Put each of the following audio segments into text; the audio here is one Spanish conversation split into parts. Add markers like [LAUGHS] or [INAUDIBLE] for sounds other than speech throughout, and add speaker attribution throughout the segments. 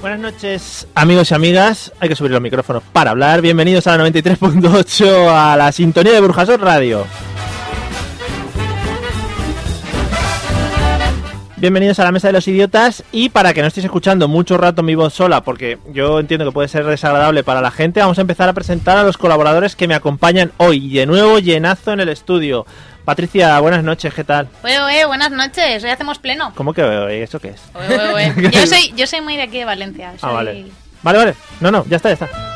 Speaker 1: Buenas noches, amigos y amigas. Hay que subir los micrófonos para hablar. Bienvenidos a la 93.8 a la sintonía de Burjasot Radio. Bienvenidos a la mesa de los idiotas y para que no estéis escuchando mucho rato mi voz sola, porque yo entiendo que puede ser desagradable para la gente, vamos a empezar a presentar a los colaboradores que me acompañan hoy. Y De nuevo llenazo en el estudio. Patricia, buenas noches, ¿qué tal?
Speaker 2: Oe, oe, buenas noches, hoy hacemos pleno.
Speaker 1: ¿Cómo que eh, esto qué es?
Speaker 2: Oe, oe,
Speaker 1: [LAUGHS]
Speaker 2: oe. Yo, soy, yo soy muy de aquí de Valencia.
Speaker 1: Ah,
Speaker 2: soy-
Speaker 1: vale. Vale, vale. No, no, ya está, ya está. [LAUGHS]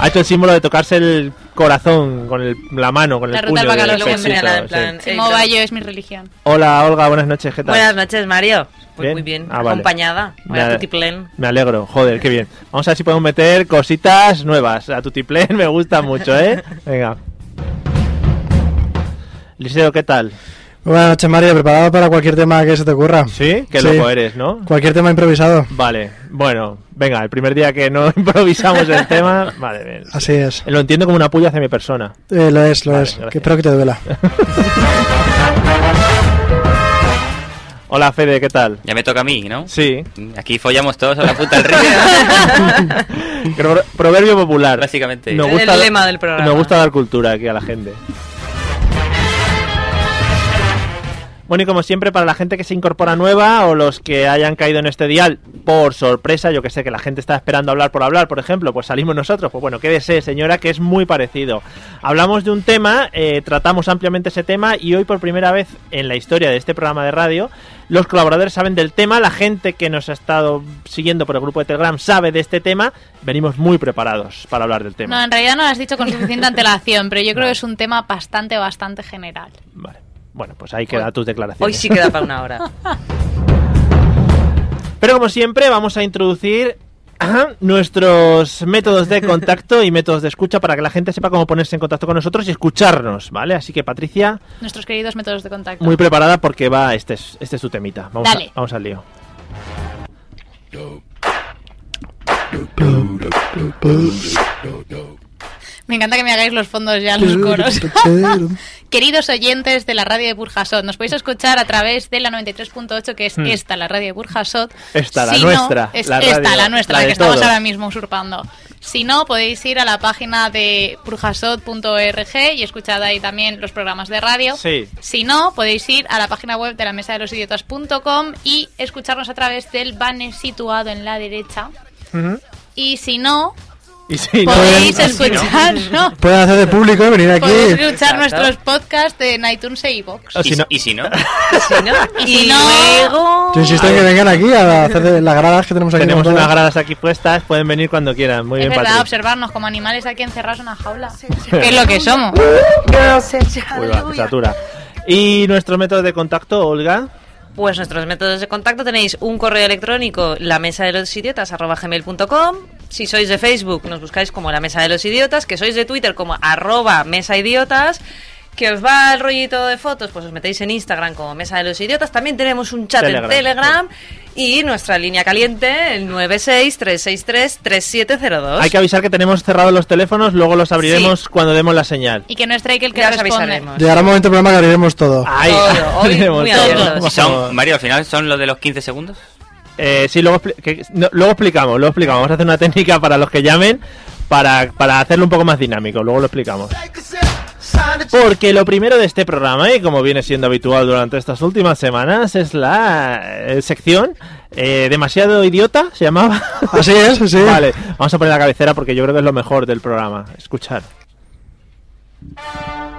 Speaker 1: Ha hecho el símbolo de tocarse el corazón con el- la mano, con
Speaker 3: La
Speaker 1: el
Speaker 3: ruta
Speaker 1: puño.
Speaker 3: al bacalao
Speaker 1: del
Speaker 3: siempre,
Speaker 1: ejército,
Speaker 3: la de
Speaker 1: sí.
Speaker 3: plan,
Speaker 2: Sí,
Speaker 3: eh,
Speaker 2: Movayo es mi religión.
Speaker 1: Hola, Olga, buenas noches, ¿qué tal?
Speaker 3: Buenas noches, Mario. Pues
Speaker 1: ¿Bien?
Speaker 3: muy bien,
Speaker 1: Ah, vale.
Speaker 3: acompañada.
Speaker 1: Me
Speaker 3: Vaya
Speaker 1: ale-
Speaker 3: tutiplén.
Speaker 1: Me alegro, joder, qué bien. Vamos a ver si podemos meter cositas nuevas. A tu tiplén [LAUGHS] me gusta mucho, ¿eh? Venga. Liceo, ¿qué tal?
Speaker 4: Buenas noches, Pues Mario. ¿Preparado para cualquier tema que se te ocurra?
Speaker 1: ¿Sí? Qué loco eres, ¿no?
Speaker 4: Cualquier tema improvisado.
Speaker 1: Vale, bueno, venga, el primer día que no [LAUGHS] improvisamos el tema. Vale, bien.
Speaker 4: Así es.
Speaker 1: Lo entiendo como una puya hacia mi persona.
Speaker 4: Eh, lo es, lo
Speaker 1: Vale,
Speaker 4: es.
Speaker 1: gracias.
Speaker 4: Que espero que te duela.
Speaker 1: Hola, Fede, ¿qué tal?
Speaker 5: Ya me toca a mí, ¿no?
Speaker 1: Sí,
Speaker 5: Aquí follamos todos a la puta del río.
Speaker 1: Pro- Proverbio popular.
Speaker 5: Básicamente.
Speaker 1: Nos
Speaker 3: Es el lema del programa.
Speaker 1: Nos gusta dar cultura aquí a la gente. Bueno, y como siempre, para la gente que se incorpora nueva o los que hayan caído en este dial por sorpresa, yo que sé que la gente está esperando hablar por hablar, por ejemplo, pues salimos nosotros. Pues bueno, quédese, señora, que es muy parecido. Hablamos de un tema, eh, tratamos ampliamente ese tema y hoy por primera vez en la historia de este programa de radio, los colaboradores saben del tema, la gente que nos ha estado siguiendo por el grupo de Telegram sabe de este tema, venimos muy preparados para hablar del tema.
Speaker 2: No, en realidad no lo has dicho con
Speaker 1: [LAUGHS]
Speaker 2: suficiente antelación, pero yo creo que es un tema bastante, bastante general.
Speaker 1: Vale. Bueno, pues ahí queda tus declaraciones.
Speaker 3: Hoy sí queda para una
Speaker 1: [LAUGHS]
Speaker 3: hora.
Speaker 1: Pero como siempre, vamos a introducir ajá, nuestros métodos de contacto y métodos de escucha para que la gente sepa cómo ponerse en contacto con nosotros y escucharnos, ¿vale? Así que Patricia,
Speaker 2: Nuestros queridos métodos de contacto.
Speaker 1: muy preparada porque va, este es, este es tu temita. Vamos, a-
Speaker 2: Dale.
Speaker 1: vamos al lío.
Speaker 2: Me encanta que me hagáis los fondos
Speaker 1: [LAUGHS]
Speaker 2: ya, los
Speaker 4: [LAUGHS]
Speaker 2: coros. Queridos oyentes de la radio de Burjasot, nos podéis escuchar a través de la 93.8, que es
Speaker 1: Hmm.
Speaker 2: esta, la radio de Burjasot.
Speaker 1: Esta, la
Speaker 2: Si no,
Speaker 1: nuestra,
Speaker 2: es
Speaker 1: la
Speaker 2: esta,
Speaker 1: radio,
Speaker 2: la nuestra,
Speaker 1: la
Speaker 2: la,
Speaker 1: de
Speaker 2: que estamos
Speaker 1: todos.
Speaker 2: ahora mismo usurpando. Si no, podéis ir a la página de burjasot.org y escuchad ahí también los programas de radio.
Speaker 1: Sí.
Speaker 2: Si no, podéis ir a la página web de la mesa de los idiotas.com y escucharnos a través del banner situado en la derecha.
Speaker 1: Ujú.
Speaker 2: Y si no,
Speaker 1: Y si no-
Speaker 2: podéis
Speaker 1: y si no- [LAUGHS]
Speaker 2: escuchar, ¿no?
Speaker 4: Pueden hacer de público y venir aquí.
Speaker 2: Podéis escuchar
Speaker 3: Exacto.
Speaker 2: nuestros podcasts en iTunes e iVoox.
Speaker 1: [LAUGHS] o si
Speaker 5: ¿Y,
Speaker 1: no-
Speaker 5: y
Speaker 2: [LAUGHS]
Speaker 5: si no?
Speaker 3: Si no,
Speaker 2: Y si no-
Speaker 3: luego...
Speaker 4: Yo insisto en que vengan aquí a hacer de las gradas que tenemos aquí.
Speaker 1: Tenemos
Speaker 4: montadas.
Speaker 1: unas gradas aquí puestas, pueden venir cuando quieran. Muy
Speaker 2: Es
Speaker 1: bien,
Speaker 2: verdad,
Speaker 1: Patricia.
Speaker 2: observarnos como animales aquí encerrados en una jaula. que es lo que somos.
Speaker 1: Uy, va, se satura. Y nuestros métodos de contacto, Olga.
Speaker 3: Pues nuestros métodos de contacto tenéis un correo electrónico, la mesa de los idiotas, arroba gmail.com. Si sois de Facebook, nos buscáis como la mesa de los idiotas. Que sois de Twitter, como arroba mesa idiotas. Que os va el rollito de fotos, pues os metéis en Instagram como mesa de los idiotas. También tenemos un chat
Speaker 1: Telegram,
Speaker 3: en Telegram. Y nuestra línea caliente, el 963633702.
Speaker 1: Hay que avisar que tenemos cerrados los teléfonos, luego los abriremos cuando demos la señal.
Speaker 2: Y que no es Drake el que
Speaker 3: Ya os
Speaker 2: responde.
Speaker 3: avisaremos.
Speaker 4: Llegará un momento del programa que abriremos todo.
Speaker 1: [LAUGHS] Ahí,
Speaker 3: Todo, hoy
Speaker 1: tenemos
Speaker 3: muy
Speaker 1: todo.
Speaker 3: abiertos.
Speaker 5: ¿Y son, Mario, al final son los de los 15 segundos.
Speaker 1: Eh, sí, luego, expli- que- no, luego explicamos, luego explicamos. Vamos a hacer una técnica para los que llamen para, para hacerlo un poco más dinámico. Luego lo explicamos. Porque lo primero de este programa, y como viene siendo habitual durante estas últimas semanas, es la eh, sección eh, Demasiado Idiota, se llamaba.
Speaker 4: Así es, así es.
Speaker 1: [LAUGHS] Vale, vamos a poner la cabecera porque yo creo que es lo mejor del programa. Escuchar.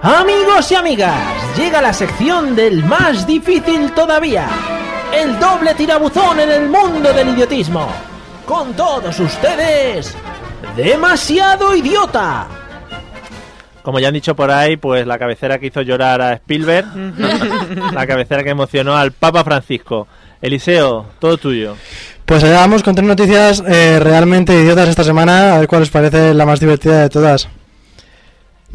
Speaker 1: Amigos y amigas, llega la sección del más difícil todavía. El doble tirabuzón en el mundo del idiotismo. Con todos ustedes, demasiado idiota. Como ya han dicho por ahí, pues la cabecera que hizo llorar a Spielberg, la cabecera que emocionó al Papa Francisco. Eliseo, todo tuyo.
Speaker 4: Pues allá vamos con tres noticias eh, realmente idiotas esta semana, a ver cuál os parece la más divertida de todas.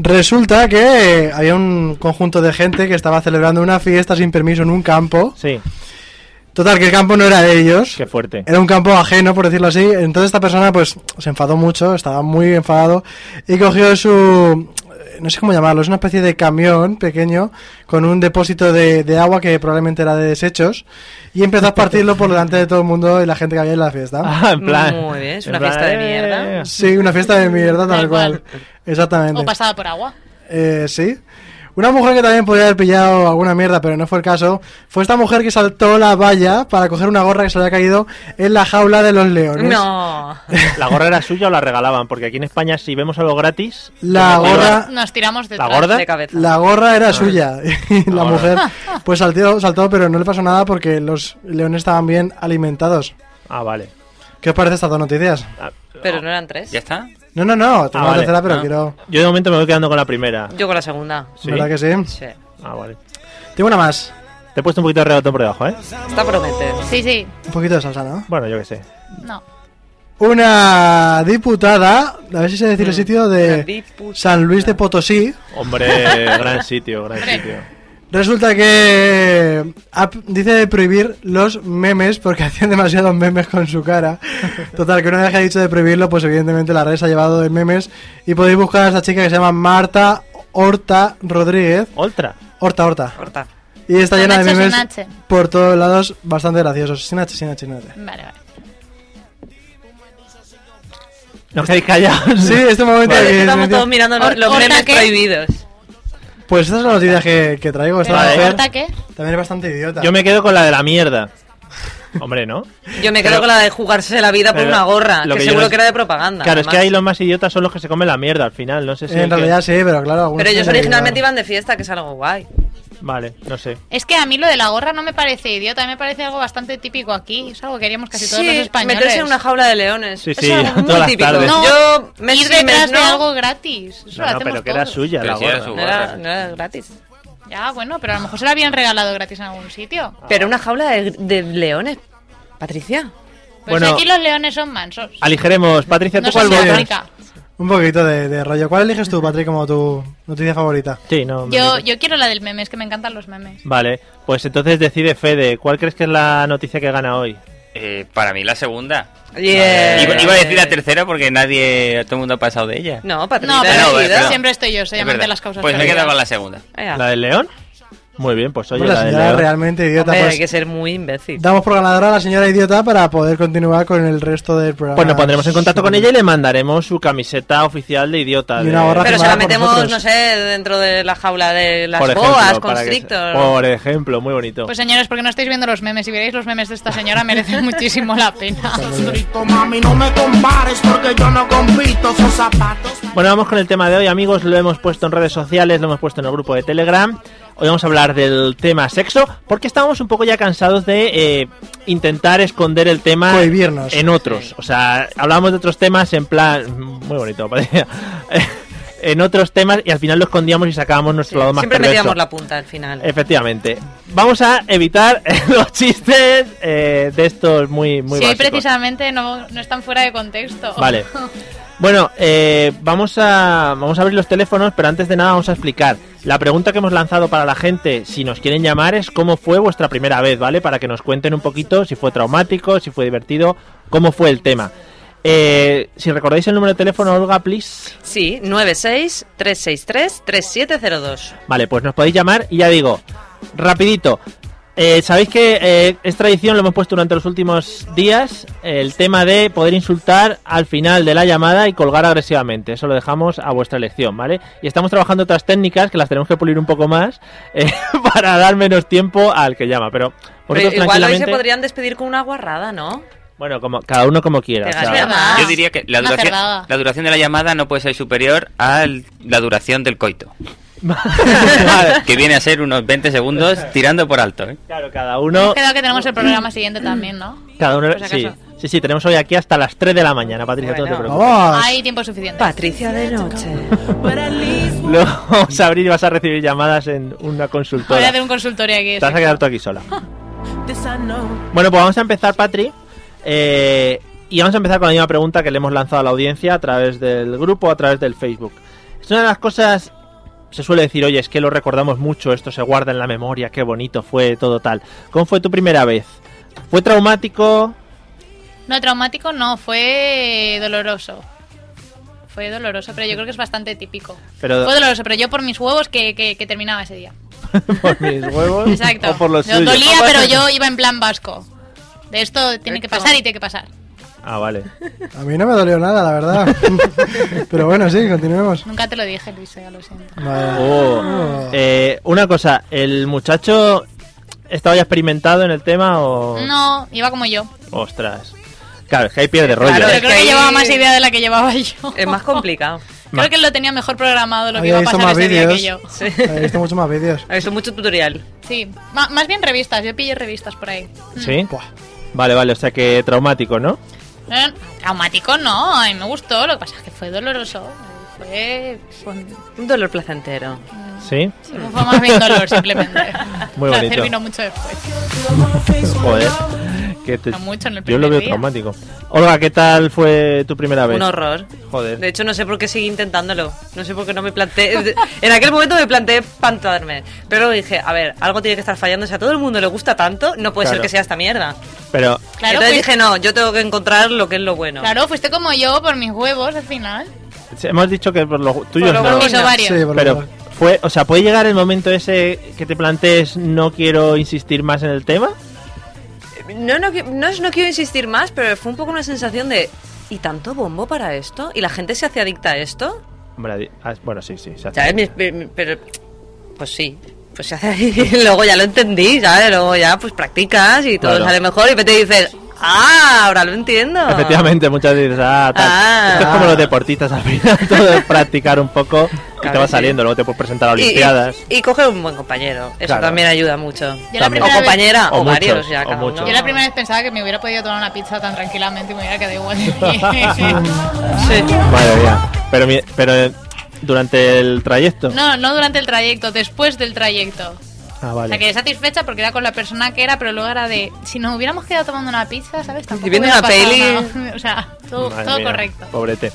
Speaker 4: Resulta que eh, había un conjunto de gente que estaba celebrando una fiesta sin permiso en un campo.
Speaker 1: Sí,
Speaker 4: Total, que el campo no era de ellos.
Speaker 1: qué fuerte.
Speaker 4: Era un campo ajeno, por decirlo así. Entonces esta persona pues se enfadó mucho, estaba muy enfadado y cogió su... No sé cómo llamarlo, es una especie de camión pequeño con un depósito de, de agua que probablemente era de desechos y empezó a partirlo por delante de todo el mundo y la gente que había en la
Speaker 1: [LAUGHS]
Speaker 4: fiesta.
Speaker 1: [LAUGHS] Ah, en plan.
Speaker 3: Muy bien, es
Speaker 1: en
Speaker 3: una
Speaker 1: plan,
Speaker 3: fiesta de
Speaker 1: eh,
Speaker 3: mierda.
Speaker 4: Sí, una fiesta de mierda
Speaker 2: Tal
Speaker 4: tal cual. Exactamente.
Speaker 2: O pasada por agua.
Speaker 4: Eh, sí. Una mujer que también podía haber pillado alguna mierda, pero no fue el caso, fue esta mujer que saltó la valla para coger una gorra que se le había caído en la jaula de los leones.
Speaker 3: No.
Speaker 1: eh, ¿La gorra era suya o la regalaban? Porque aquí en España, si vemos algo gratis,
Speaker 4: La gorra...
Speaker 2: Nos tiramos de
Speaker 1: ¿La gorda?
Speaker 3: De cabeza.
Speaker 4: La gorra era suya. [LAUGHS] Y la
Speaker 3: [LAUGHS]
Speaker 1: Ahora.
Speaker 4: mujer pues saltó, saltó, pero no le pasó nada porque los leones estaban bien alimentados.
Speaker 1: Ah, vale.
Speaker 4: ¿Qué os parece estas dos noticias?
Speaker 1: Ah,
Speaker 3: Pero no eran tres.
Speaker 5: ¿Ya está?
Speaker 4: No, no, no. Tengo la
Speaker 1: Ah, vale.
Speaker 4: tercera, pero
Speaker 1: Ah.
Speaker 4: quiero...
Speaker 1: Yo de momento me voy quedando con la primera.
Speaker 3: Yo con la segunda.
Speaker 1: Sí.
Speaker 4: ¿Verdad que sí?
Speaker 3: Sí.
Speaker 1: Ah, vale.
Speaker 4: Tengo una más.
Speaker 1: Te he puesto un poquito de regatón por debajo, ¿eh?
Speaker 3: Está promete.
Speaker 2: Sí, sí.
Speaker 4: Un poquito de salsa, ¿no?
Speaker 1: Bueno, yo qué sé.
Speaker 2: No.
Speaker 4: Una diputada, a ver si se
Speaker 1: Mm.
Speaker 4: decir el sitio,
Speaker 3: Una
Speaker 4: de
Speaker 3: diputada.
Speaker 4: San Luis de Potosí.
Speaker 1: [LAUGHS] Hombre, gran sitio, gran sitio.
Speaker 4: Resulta que ha- dice de prohibir los memes porque [LAUGHS] hacían demasiados memes con su cara. Total, que una vez que ha dicho de prohibirlo, pues evidentemente la red se ha llevado de memes. Y podéis buscar a esta chica que se llama Marta Horta Rodríguez.
Speaker 1: Otra.
Speaker 4: Horta, Horta.
Speaker 3: Corta.
Speaker 4: Y está
Speaker 2: Con
Speaker 4: llena de
Speaker 2: H o sin
Speaker 4: memes
Speaker 2: H.
Speaker 4: por todos lados, bastante graciosos. Sin H, sin H, sin H.
Speaker 2: Vale, vale.
Speaker 1: [LAUGHS] No os quedéis callados.
Speaker 4: Sí, este momento
Speaker 3: Vale,
Speaker 4: que-
Speaker 3: estamos todos mirando los,
Speaker 2: Hor-
Speaker 3: los
Speaker 2: ¿Horta
Speaker 3: memes
Speaker 2: qué?
Speaker 3: prohibidos.
Speaker 4: Pues estas son las ideas que, que traigo. Esta
Speaker 1: Vale.
Speaker 4: mujer
Speaker 2: ¿Corta qué?
Speaker 4: también es bastante idiota.
Speaker 1: Yo me quedo con la de la mierda. Hombre, ¿no?
Speaker 3: Yo me quedo
Speaker 1: Pero-
Speaker 3: con la de jugarse la vida por
Speaker 1: pero
Speaker 3: una gorra,
Speaker 1: lo
Speaker 3: que,
Speaker 1: que yo
Speaker 3: seguro
Speaker 1: no-
Speaker 3: que era de propaganda.
Speaker 1: Claro, es que
Speaker 3: además.
Speaker 1: ahí los más idiotas son los que se comen la mierda al final. No sé si.
Speaker 4: en
Speaker 1: el que-
Speaker 4: realidad sí, pero claro. algunos
Speaker 3: Pero ellos
Speaker 4: tienen que
Speaker 3: originalmente
Speaker 4: llevar.
Speaker 3: iban de fiesta, que es algo guay.
Speaker 1: Vale, no sé.
Speaker 2: Es que a mí lo de la gorra no me parece idiota, me parece algo bastante típico aquí. Es algo que haríamos casi todos los españoles.
Speaker 3: meterse en una jaula de leones.
Speaker 1: Sí,
Speaker 3: Eso
Speaker 1: sí,
Speaker 3: es algo muy
Speaker 1: [LAUGHS] todas las
Speaker 3: típico.
Speaker 1: tardes.
Speaker 2: No,
Speaker 3: Yo me
Speaker 2: ir
Speaker 3: sí, me
Speaker 2: detrás de
Speaker 3: no.
Speaker 2: algo gratis. Eso lo
Speaker 1: No, no,
Speaker 2: hacemos
Speaker 1: pero que era
Speaker 2: todos.
Speaker 1: suya
Speaker 5: Pero
Speaker 1: la
Speaker 5: si era
Speaker 1: gorra.
Speaker 5: su-
Speaker 3: No era, no era gratis.
Speaker 2: Ya, bueno, pero a lo mejor se lo habían regalado gratis en algún sitio.
Speaker 3: Pero una jaula de, de leones, Patricia.
Speaker 2: Pues
Speaker 1: Bueno.
Speaker 2: aquí los leones son mansos.
Speaker 1: Aligeremos. Patricia, ¿tú
Speaker 2: No
Speaker 1: cuál
Speaker 2: son de
Speaker 1: votas?
Speaker 2: África.
Speaker 4: Un poquito de, de rollo. ¿Cuál eliges tú, Patrick, como tu noticia favorita?
Speaker 1: Sí, no. me-
Speaker 2: Yo, yo quiero la del meme, es que me encantan los memes.
Speaker 1: Vale, pues entonces decide Fede. ¿Cuál crees que es la noticia que gana hoy?
Speaker 5: Eh, para mí la segunda.
Speaker 3: Yeah.
Speaker 5: Eh, Iba, iba a decir la tercera porque nadie, todo el mundo ha pasado de ella. Ah,
Speaker 3: No, Patricia.
Speaker 2: No, pero
Speaker 5: no,
Speaker 2: sí,
Speaker 5: vale, perdón.
Speaker 2: siempre estoy yo, se
Speaker 5: Es
Speaker 2: llaman
Speaker 5: verdad.
Speaker 2: de las causas
Speaker 5: Pues me quedo
Speaker 2: perdidas.
Speaker 5: con la segunda.
Speaker 3: Venga.
Speaker 1: ¿La del león? Muy bien, pues oye,
Speaker 4: Pues la
Speaker 1: la del
Speaker 4: señora
Speaker 1: león.
Speaker 4: realmente idiota.
Speaker 3: Hombre,
Speaker 4: pues,
Speaker 3: hay que ser muy imbécil.
Speaker 4: Damos por ganadora a la señora idiota para poder continuar con el resto del programa.
Speaker 1: Pues nos pondremos en contacto con ella y le mandaremos su camiseta oficial de idiota.
Speaker 4: Y
Speaker 1: de-
Speaker 4: una gorra
Speaker 3: Pero se
Speaker 4: firmada
Speaker 3: la
Speaker 4: por
Speaker 3: metemos,
Speaker 4: nosotros.
Speaker 3: no sé, dentro de la jaula de las
Speaker 1: Por ejemplo,
Speaker 3: boas,
Speaker 1: para que se-
Speaker 3: constrictor.
Speaker 1: Por ejemplo, muy bonito.
Speaker 2: Pues señores, porque no estáis viendo los memes, si vierais los memes de esta señora [LAUGHS] merece muchísimo la pena.
Speaker 6: Grito, mami, no me compares porque yo no compito esos zapatos.
Speaker 1: Bueno, vamos con el tema de hoy, amigos. Lo hemos puesto en redes sociales, lo hemos puesto en el grupo de Telegram. Hoy vamos a hablar del tema sexo, porque estábamos un poco ya cansados de eh, intentar esconder el tema
Speaker 4: Cohibirnos.
Speaker 1: en otros. O sea, hablábamos de otros temas en plan. Muy bonito, [LAUGHS] parecía. en otros temas y al final lo escondíamos y sacábamos nuestro lado más
Speaker 3: Siempre
Speaker 1: perverso. Eh,
Speaker 3: metíamos la punta al final.
Speaker 1: Efectivamente. Vamos a evitar [LAUGHS] los chistes eh, de estos muy, muy
Speaker 2: si hoy
Speaker 1: básicos.
Speaker 2: precisamente no, no están fuera de contexto.
Speaker 1: Vale. Bueno, eh, vamos, a, vamos a abrir los teléfonos, pero antes de nada vamos a explicar. La pregunta que hemos lanzado para la gente, si nos quieren llamar, es cómo fue vuestra primera vez, ¿vale? Para que nos cuenten un poquito si fue traumático, si fue divertido, cómo fue el tema. Eh, si recordáis el número de teléfono, Olga, please.
Speaker 3: Sí, 96-363-3702.
Speaker 1: Vale, pues nos podéis llamar y ya digo, rapidito. Eh, Sabéis que eh, es tradición, lo hemos puesto durante los últimos días, el tema de poder insultar al final de la llamada y colgar agresivamente. Eso lo dejamos a vuestra elección, ¿vale? Y estamos trabajando otras técnicas que las tenemos que pulir un poco más [LAUGHS] eh, para dar menos tiempo al que llama. Pero vosotros
Speaker 3: Pero igual hoy se
Speaker 1: tranquilamente-
Speaker 3: podrían despedir con una guarrada, ¿no?
Speaker 1: Bueno, como, cada uno como quiera.
Speaker 3: Te
Speaker 1: o sea,
Speaker 3: gastas más.
Speaker 5: Yo diría que la
Speaker 2: Una
Speaker 5: duración,
Speaker 2: cerdada.
Speaker 5: la duración de la llamada no puede ser superior a la duración del
Speaker 1: [LAUGHS]
Speaker 5: coito. [LAUGHS]
Speaker 1: Vale.
Speaker 5: Que viene a ser unos 20 segundos tirando por alto. ¿eh?
Speaker 1: Claro, cada
Speaker 3: [LAUGHS]
Speaker 1: uno...
Speaker 2: Creo que tenemos el programa siguiente también, ¿no?
Speaker 1: Cada uno
Speaker 3: si
Speaker 1: sí,
Speaker 3: acaso.
Speaker 1: sí, sí, tenemos hoy aquí hasta las 3 de la mañana, Patricia, tú no te
Speaker 3: Bueno.
Speaker 1: preocupes.
Speaker 4: Vamos.
Speaker 2: Hay tiempo suficiente.
Speaker 3: Patricia de noche.
Speaker 1: Luego vamos a abrir y vas a recibir llamadas en una
Speaker 2: Voy a
Speaker 1: consultora.
Speaker 2: hacer un consultorio aquí.
Speaker 1: Te vas a quedar tú aquí sola. Bueno, pues vamos a empezar, Patri. eh, y vamos a empezar con la misma pregunta que le hemos lanzado a la audiencia a través del grupo, a través del Facebook. Es una de las cosas. Se suele decir, oye, es que lo recordamos mucho, esto se guarda en la memoria, qué bonito fue, todo tal. ¿Cómo fue tu primera vez? ¿Fue traumático?
Speaker 2: No, traumático no, fue doloroso. Fue doloroso, pero yo creo que es bastante típico.
Speaker 1: Pero-
Speaker 2: Fue doloroso, pero yo por mis huevos que, que- que terminaba ese día.
Speaker 1: ¿Por mis huevos?
Speaker 2: Exacto.
Speaker 1: [LAUGHS] ¿O por los
Speaker 2: Yo
Speaker 1: suyos?
Speaker 2: Dolía, pero yo iba en plan vasco. De esto tiene que pasar y tiene que pasar.
Speaker 1: Ah, vale.
Speaker 4: A mí no me dolió nada, la verdad. [LAUGHS] Pero bueno, sí, continuemos.
Speaker 2: Nunca te lo dije, Luis, ya lo siento.
Speaker 4: Vale.
Speaker 1: Oh. Eh, una cosa, ¿el muchacho estaba ya experimentado en el tema o...?
Speaker 2: No, iba como yo.
Speaker 1: Ostras. Claro, es que ahí pierde rollo.
Speaker 3: Claro,
Speaker 2: Pero
Speaker 3: es
Speaker 1: ¿eh?
Speaker 2: Ah, creo que,
Speaker 3: que ahí-
Speaker 2: llevaba más idea de la que llevaba
Speaker 3: [LAUGHS]
Speaker 2: yo.
Speaker 3: Es más complicado.
Speaker 1: Ma-
Speaker 2: Creo que lo tenía mejor programado lo que
Speaker 4: Había
Speaker 2: iba a
Speaker 4: visto
Speaker 2: pasar
Speaker 4: más
Speaker 2: ese día que
Speaker 4: vídeos.
Speaker 2: yo.
Speaker 3: Sí. [LAUGHS]
Speaker 4: He visto muchos más vídeos.
Speaker 3: Ha visto mucho tutorial.
Speaker 2: Sí, Ma- más bien revistas, yo pillé revistas por ahí.
Speaker 1: ¿Sí?
Speaker 4: Buah.
Speaker 1: Vale, vale, o sea que traumático, ¿no?
Speaker 2: Eh, traumático no, a mí me gustó, lo que pasa es que fue doloroso. Fue, fue,
Speaker 3: Un dolor placentero.
Speaker 1: Sí.
Speaker 2: fue más bien dolor, simplemente.
Speaker 1: Muy
Speaker 2: El placer
Speaker 1: bonito.
Speaker 2: vino mucho después.
Speaker 1: Joder. Que te-
Speaker 2: No mucho en el
Speaker 1: Yo lo
Speaker 2: primer
Speaker 1: veo
Speaker 2: día.
Speaker 1: traumático. Olga, ¿qué tal fue tu primera vez?
Speaker 3: Un horror.
Speaker 1: Pues, Joder.
Speaker 3: De hecho, no sé por qué seguí intentándolo. No sé por qué no me planteé. [LAUGHS] En aquel momento me planteé pantarme. Pero dije, a ver, algo tiene que estar fallando. Si a todo el mundo le gusta tanto, no puede
Speaker 1: Claro.
Speaker 3: ser que sea esta mierda.
Speaker 1: Pero,
Speaker 2: Claro,
Speaker 3: Entonces
Speaker 2: fuiste,
Speaker 3: dije, no, yo tengo que encontrar lo que es lo bueno.
Speaker 2: claro, fuiste como yo por mis huevos al final.
Speaker 1: hemos dicho que por los tuyos
Speaker 3: los
Speaker 1: no.
Speaker 3: huevos.
Speaker 2: Mis ovarios.
Speaker 4: Sí, por
Speaker 1: Pero
Speaker 4: favor.
Speaker 1: fue, o sea, ¿puede llegar el momento ese que te plantees no quiero insistir más en el tema?
Speaker 3: No, no, qui- no, es- no quiero insistir más, pero fue un poco una sensación de. ¿Y tanto bombo para esto? ¿Y la gente se hace adicta a esto?
Speaker 1: Hombre, di- ah, bueno, sí, sí. se hace.
Speaker 3: ¿Sabes? Mi- mi- mi- Pero. Pues sí. Pues se hace ahí. [LAUGHS] Luego ya lo entendí, ¿sabes? Luego ya pues practicas y todo
Speaker 1: Claro.
Speaker 3: sale mejor y de repente dices. ¡Ah! Ahora lo entiendo.
Speaker 1: [LAUGHS] Efectivamente, muchas veces, ah, tal.
Speaker 3: Ah.
Speaker 1: Esto es como los deportistas al final, [LAUGHS] todo es practicar un poco y te
Speaker 3: Claro,
Speaker 1: va
Speaker 3: sí.
Speaker 1: saliendo, luego te puedes presentar a
Speaker 3: Y- y-
Speaker 1: Olimpiadas.
Speaker 3: Y, coger un buen compañero. Eso
Speaker 1: Claro.
Speaker 3: también ayuda
Speaker 2: Yo
Speaker 3: mucho.
Speaker 2: la
Speaker 1: También.
Speaker 2: primera
Speaker 3: O
Speaker 2: vez-
Speaker 3: compañera,
Speaker 1: O
Speaker 3: o, varios,
Speaker 1: muchos,
Speaker 3: ya,
Speaker 1: o
Speaker 3: cada uno.
Speaker 1: muchos.
Speaker 2: Yo la primera vez pensaba que me hubiera podido tomar una pizza tan tranquilamente y me hubiera quedado igual. de
Speaker 1: [LAUGHS]
Speaker 3: Sí.
Speaker 1: Madre mía. Pero, mi- pero eh, durante el trayecto.
Speaker 2: bien. [LAUGHS] No, no durante el trayecto, después del trayecto. O
Speaker 1: Ah,
Speaker 2: sea, quedé
Speaker 1: vale.
Speaker 2: satisfecha porque era con la persona que era, pero luego era de. Si nos hubiéramos quedado tomando una pizza, ¿sabes? Tampoco
Speaker 3: Y viendo
Speaker 2: hubiera
Speaker 3: una
Speaker 2: pasado nada. [LAUGHS] O sea, todo,
Speaker 1: Madre
Speaker 2: todo
Speaker 1: mía,
Speaker 2: correcto.
Speaker 1: Pobrete.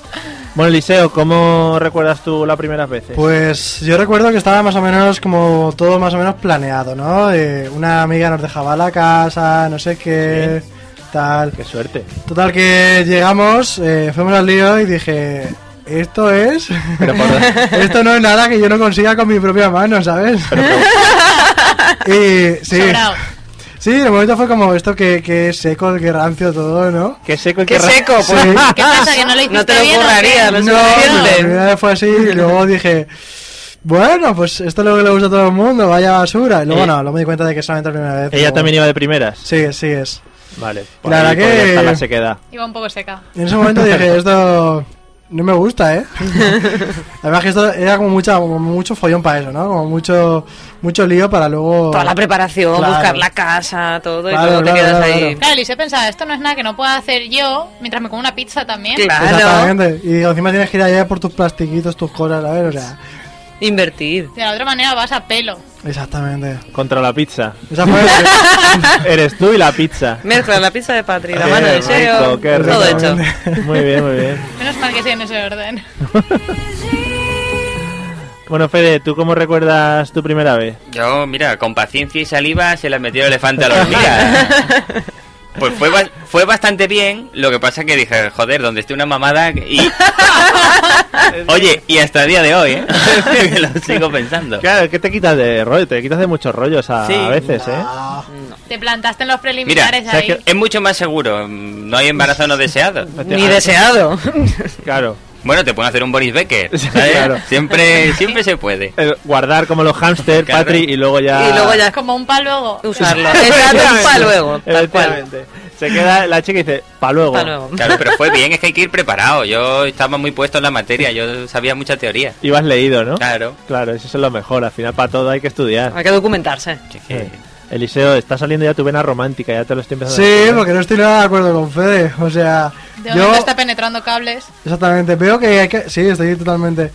Speaker 1: Bueno, Eliseo, ¿cómo recuerdas tú las primeras veces?
Speaker 4: Pues yo recuerdo que estaba más o menos como todo más o menos planeado, ¿no? Eh, una amiga nos dejaba la casa, no sé qué, tal.
Speaker 1: Qué suerte.
Speaker 4: Total que llegamos, eh, fuimos al lío y dije, esto es... [LAUGHS]
Speaker 1: Pero por,
Speaker 4: Esto no es nada que yo no consiga con mi propia mano,
Speaker 1: [LAUGHS]
Speaker 4: ¿sabes?
Speaker 3: [LAUGHS]
Speaker 4: y sí.
Speaker 2: Sobrado.
Speaker 4: Sí, de momento fue como esto que, que es seco, que rancio todo, ¿no?
Speaker 1: qué seco y
Speaker 3: Qué
Speaker 1: ra-
Speaker 3: seco, pues.
Speaker 4: Sí.
Speaker 2: ¿Qué pasa? ¿Que no lo hiciste
Speaker 3: No te lo
Speaker 2: bien o qué?
Speaker 3: currarías, no,
Speaker 4: No,
Speaker 3: se
Speaker 4: la
Speaker 3: lo entienden.
Speaker 4: primera vez fue así y luego dije, bueno, pues esto es lo que le gusta a todo el mundo, vaya basura. Y luego
Speaker 1: Eh,
Speaker 4: no, luego me di cuenta de que solamente la primera vez.
Speaker 1: Ella
Speaker 4: luego-
Speaker 1: también iba de primeras.
Speaker 4: Sí, sí es.
Speaker 1: Vale. pues
Speaker 4: La
Speaker 1: ahí
Speaker 4: verdad
Speaker 1: podría
Speaker 4: que-
Speaker 1: estar la sequedad.
Speaker 2: Iba un poco seca.
Speaker 4: Y en ese momento
Speaker 5: [LAUGHS]
Speaker 4: dije, esto no me gusta, ¿eh? Además que esto era como, mucha, como mucho follón para eso, ¿no? Como mucho, mucho lío para luego...
Speaker 3: Toda la preparación,
Speaker 4: Claro.
Speaker 3: buscar la casa, todo, y
Speaker 4: Claro,
Speaker 3: luego te
Speaker 4: claro,
Speaker 3: quedas
Speaker 4: claro,
Speaker 3: ahí.
Speaker 2: Claro, y se pensaba, esto no es nada que no pueda hacer yo mientras me como una pizza también.
Speaker 3: Claro,
Speaker 4: Exactamente. Y digo, encima tienes que ir allá por tus plastiquitos, tus cosas, a ver, o sea.
Speaker 3: invertir.
Speaker 2: De la otra manera vas a pelo.
Speaker 4: Exactamente.
Speaker 1: Contra la pizza.
Speaker 3: [LAUGHS]
Speaker 4: Esa
Speaker 5: [LAUGHS]
Speaker 4: fue
Speaker 1: Eres tú y la pizza.
Speaker 3: Mezcla la pizza de Patri, la
Speaker 1: Qué
Speaker 3: mano de
Speaker 1: rico,
Speaker 3: Seo,
Speaker 1: qué rico.
Speaker 3: todo hecho.
Speaker 1: Muy bien, muy bien.
Speaker 2: Menos mal que sea en ese orden.
Speaker 1: Bueno, Fede, ¿tú cómo recuerdas tu primera vez?
Speaker 5: Yo, mira, con paciencia y saliva se la metió el elefante a la hormiga. Pues fue, ba- fue bastante bien, lo que pasa que dije, joder, donde esté una mamada
Speaker 1: [LAUGHS]
Speaker 5: y... Oye, y hasta el día de hoy,
Speaker 1: [LAUGHS]
Speaker 5: ¿eh? [LAUGHS] Que lo sigo pensando.
Speaker 1: Claro, que te quitas de rollo, te quitas de muchos rollos a,
Speaker 5: Sí.
Speaker 1: a veces, ¿eh?
Speaker 3: Ah.
Speaker 2: Te plantaste en los
Speaker 5: Mira,
Speaker 2: preliminares
Speaker 5: ¿sabes
Speaker 2: ahí.
Speaker 5: qué? es mucho más seguro, mm, no hay embarazo no deseado.
Speaker 3: Ni deseado.
Speaker 1: Claro.
Speaker 5: Bueno, te pueden hacer un Boris Becker,
Speaker 1: Sí,
Speaker 5: ¿sabes?
Speaker 1: claro.
Speaker 5: Siempre, siempre se puede.
Speaker 1: Eh, guardar como los hámster,
Speaker 5: Claro.
Speaker 1: Patri, y luego ya...
Speaker 3: Y luego ya
Speaker 2: Como un palo luego.
Speaker 3: [LAUGHS]
Speaker 1: [LAUGHS]
Speaker 3: usarlo. Exacto, para luego. Tal cual.
Speaker 1: Efectivamente. Se queda la chica y dice, pa' luego.
Speaker 3: Pa' luego.
Speaker 5: Claro, pero fue bien, es que hay que ir preparado. Yo estaba muy puesto en la materia, yo sabía mucha teoría.
Speaker 1: Y vas leído, ¿no?
Speaker 5: Claro.
Speaker 1: Claro, eso es lo mejor. Al final, para todo hay que estudiar.
Speaker 3: Hay que documentarse.
Speaker 1: Eh, Eliseo, está saliendo ya tu vena romántica, ya te lo estoy empezando a
Speaker 4: Sí,
Speaker 1: decir. ¿eh?
Speaker 4: porque no estoy nada de acuerdo con Fede. O sea,
Speaker 2: De
Speaker 4: yo.
Speaker 2: momento está penetrando cables.
Speaker 4: Exactamente. Veo que hay que. Sí, estoy totalmente.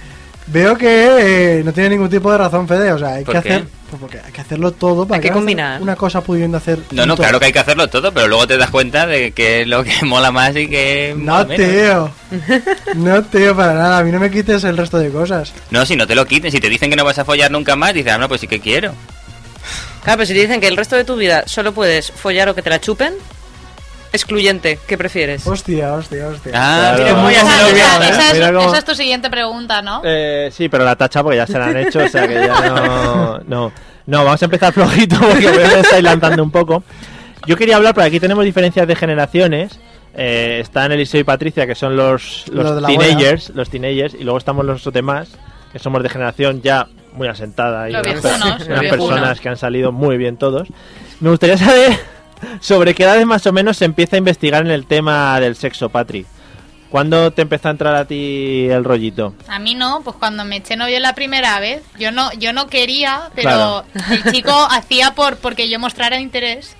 Speaker 4: Veo que eh, no tiene ningún tipo de razón, Fede. O sea, hay
Speaker 5: ¿Por
Speaker 4: que
Speaker 5: qué?
Speaker 4: hacer. pues porque hay que hacerlo todo para
Speaker 3: Hay que
Speaker 4: hagas
Speaker 3: combinar.
Speaker 4: Una cosa pudiendo hacer.
Speaker 5: No, no,
Speaker 4: junto.
Speaker 5: claro que hay que hacerlo todo, pero luego te das cuenta de que es lo que [LAUGHS] mola más y que... mola
Speaker 4: No,
Speaker 5: menos.
Speaker 1: [LAUGHS]
Speaker 4: tío. No, tío, para nada. A mí no me quites el resto de cosas.
Speaker 5: No, si no te lo quiten, si te dicen que no vas a follar nunca más, dices, ah, no, pues sí que quiero.
Speaker 3: Claro, pero si te dicen que el resto de tu vida solo puedes follar o que te la chupen, excluyente, ¿qué prefieres?
Speaker 4: Hostia, hostia, hostia.
Speaker 5: Ah,
Speaker 1: Claro.
Speaker 5: mira cómo ya se
Speaker 2: Esa,
Speaker 5: lo
Speaker 2: esa-
Speaker 5: veo, ¿eh?
Speaker 2: esa es,
Speaker 1: Mira cómo-
Speaker 2: esa es tu siguiente pregunta, ¿no?
Speaker 1: Eh, sí, pero la tacha porque ya se la han hecho, o sea que ya no... No, no vamos a empezar flojito porque veo que está adelantando un poco. Yo quería hablar, porque aquí tenemos diferencias de generaciones. Eh, están Eliseo y Patricia, que son los, los
Speaker 4: Los de la
Speaker 1: teenagers, los teenagers, y luego estamos los demás, que somos de generación ya muy asentada y
Speaker 2: Los
Speaker 1: unas,
Speaker 2: viejunos,
Speaker 1: unas
Speaker 2: los viejunos.
Speaker 1: personas que han salido muy bien todos. Me gustaría saber sobre qué edades más o menos se empieza a investigar en el tema del sexo, Patri. ¿Cuándo te empezó a entrar a ti el rollito?
Speaker 2: A mí no, pues cuando me eché novio la primera vez, yo no, yo no quería, pero
Speaker 1: Claro.
Speaker 2: el
Speaker 1: [LAUGHS]
Speaker 2: chico hacía por porque yo mostrara interés.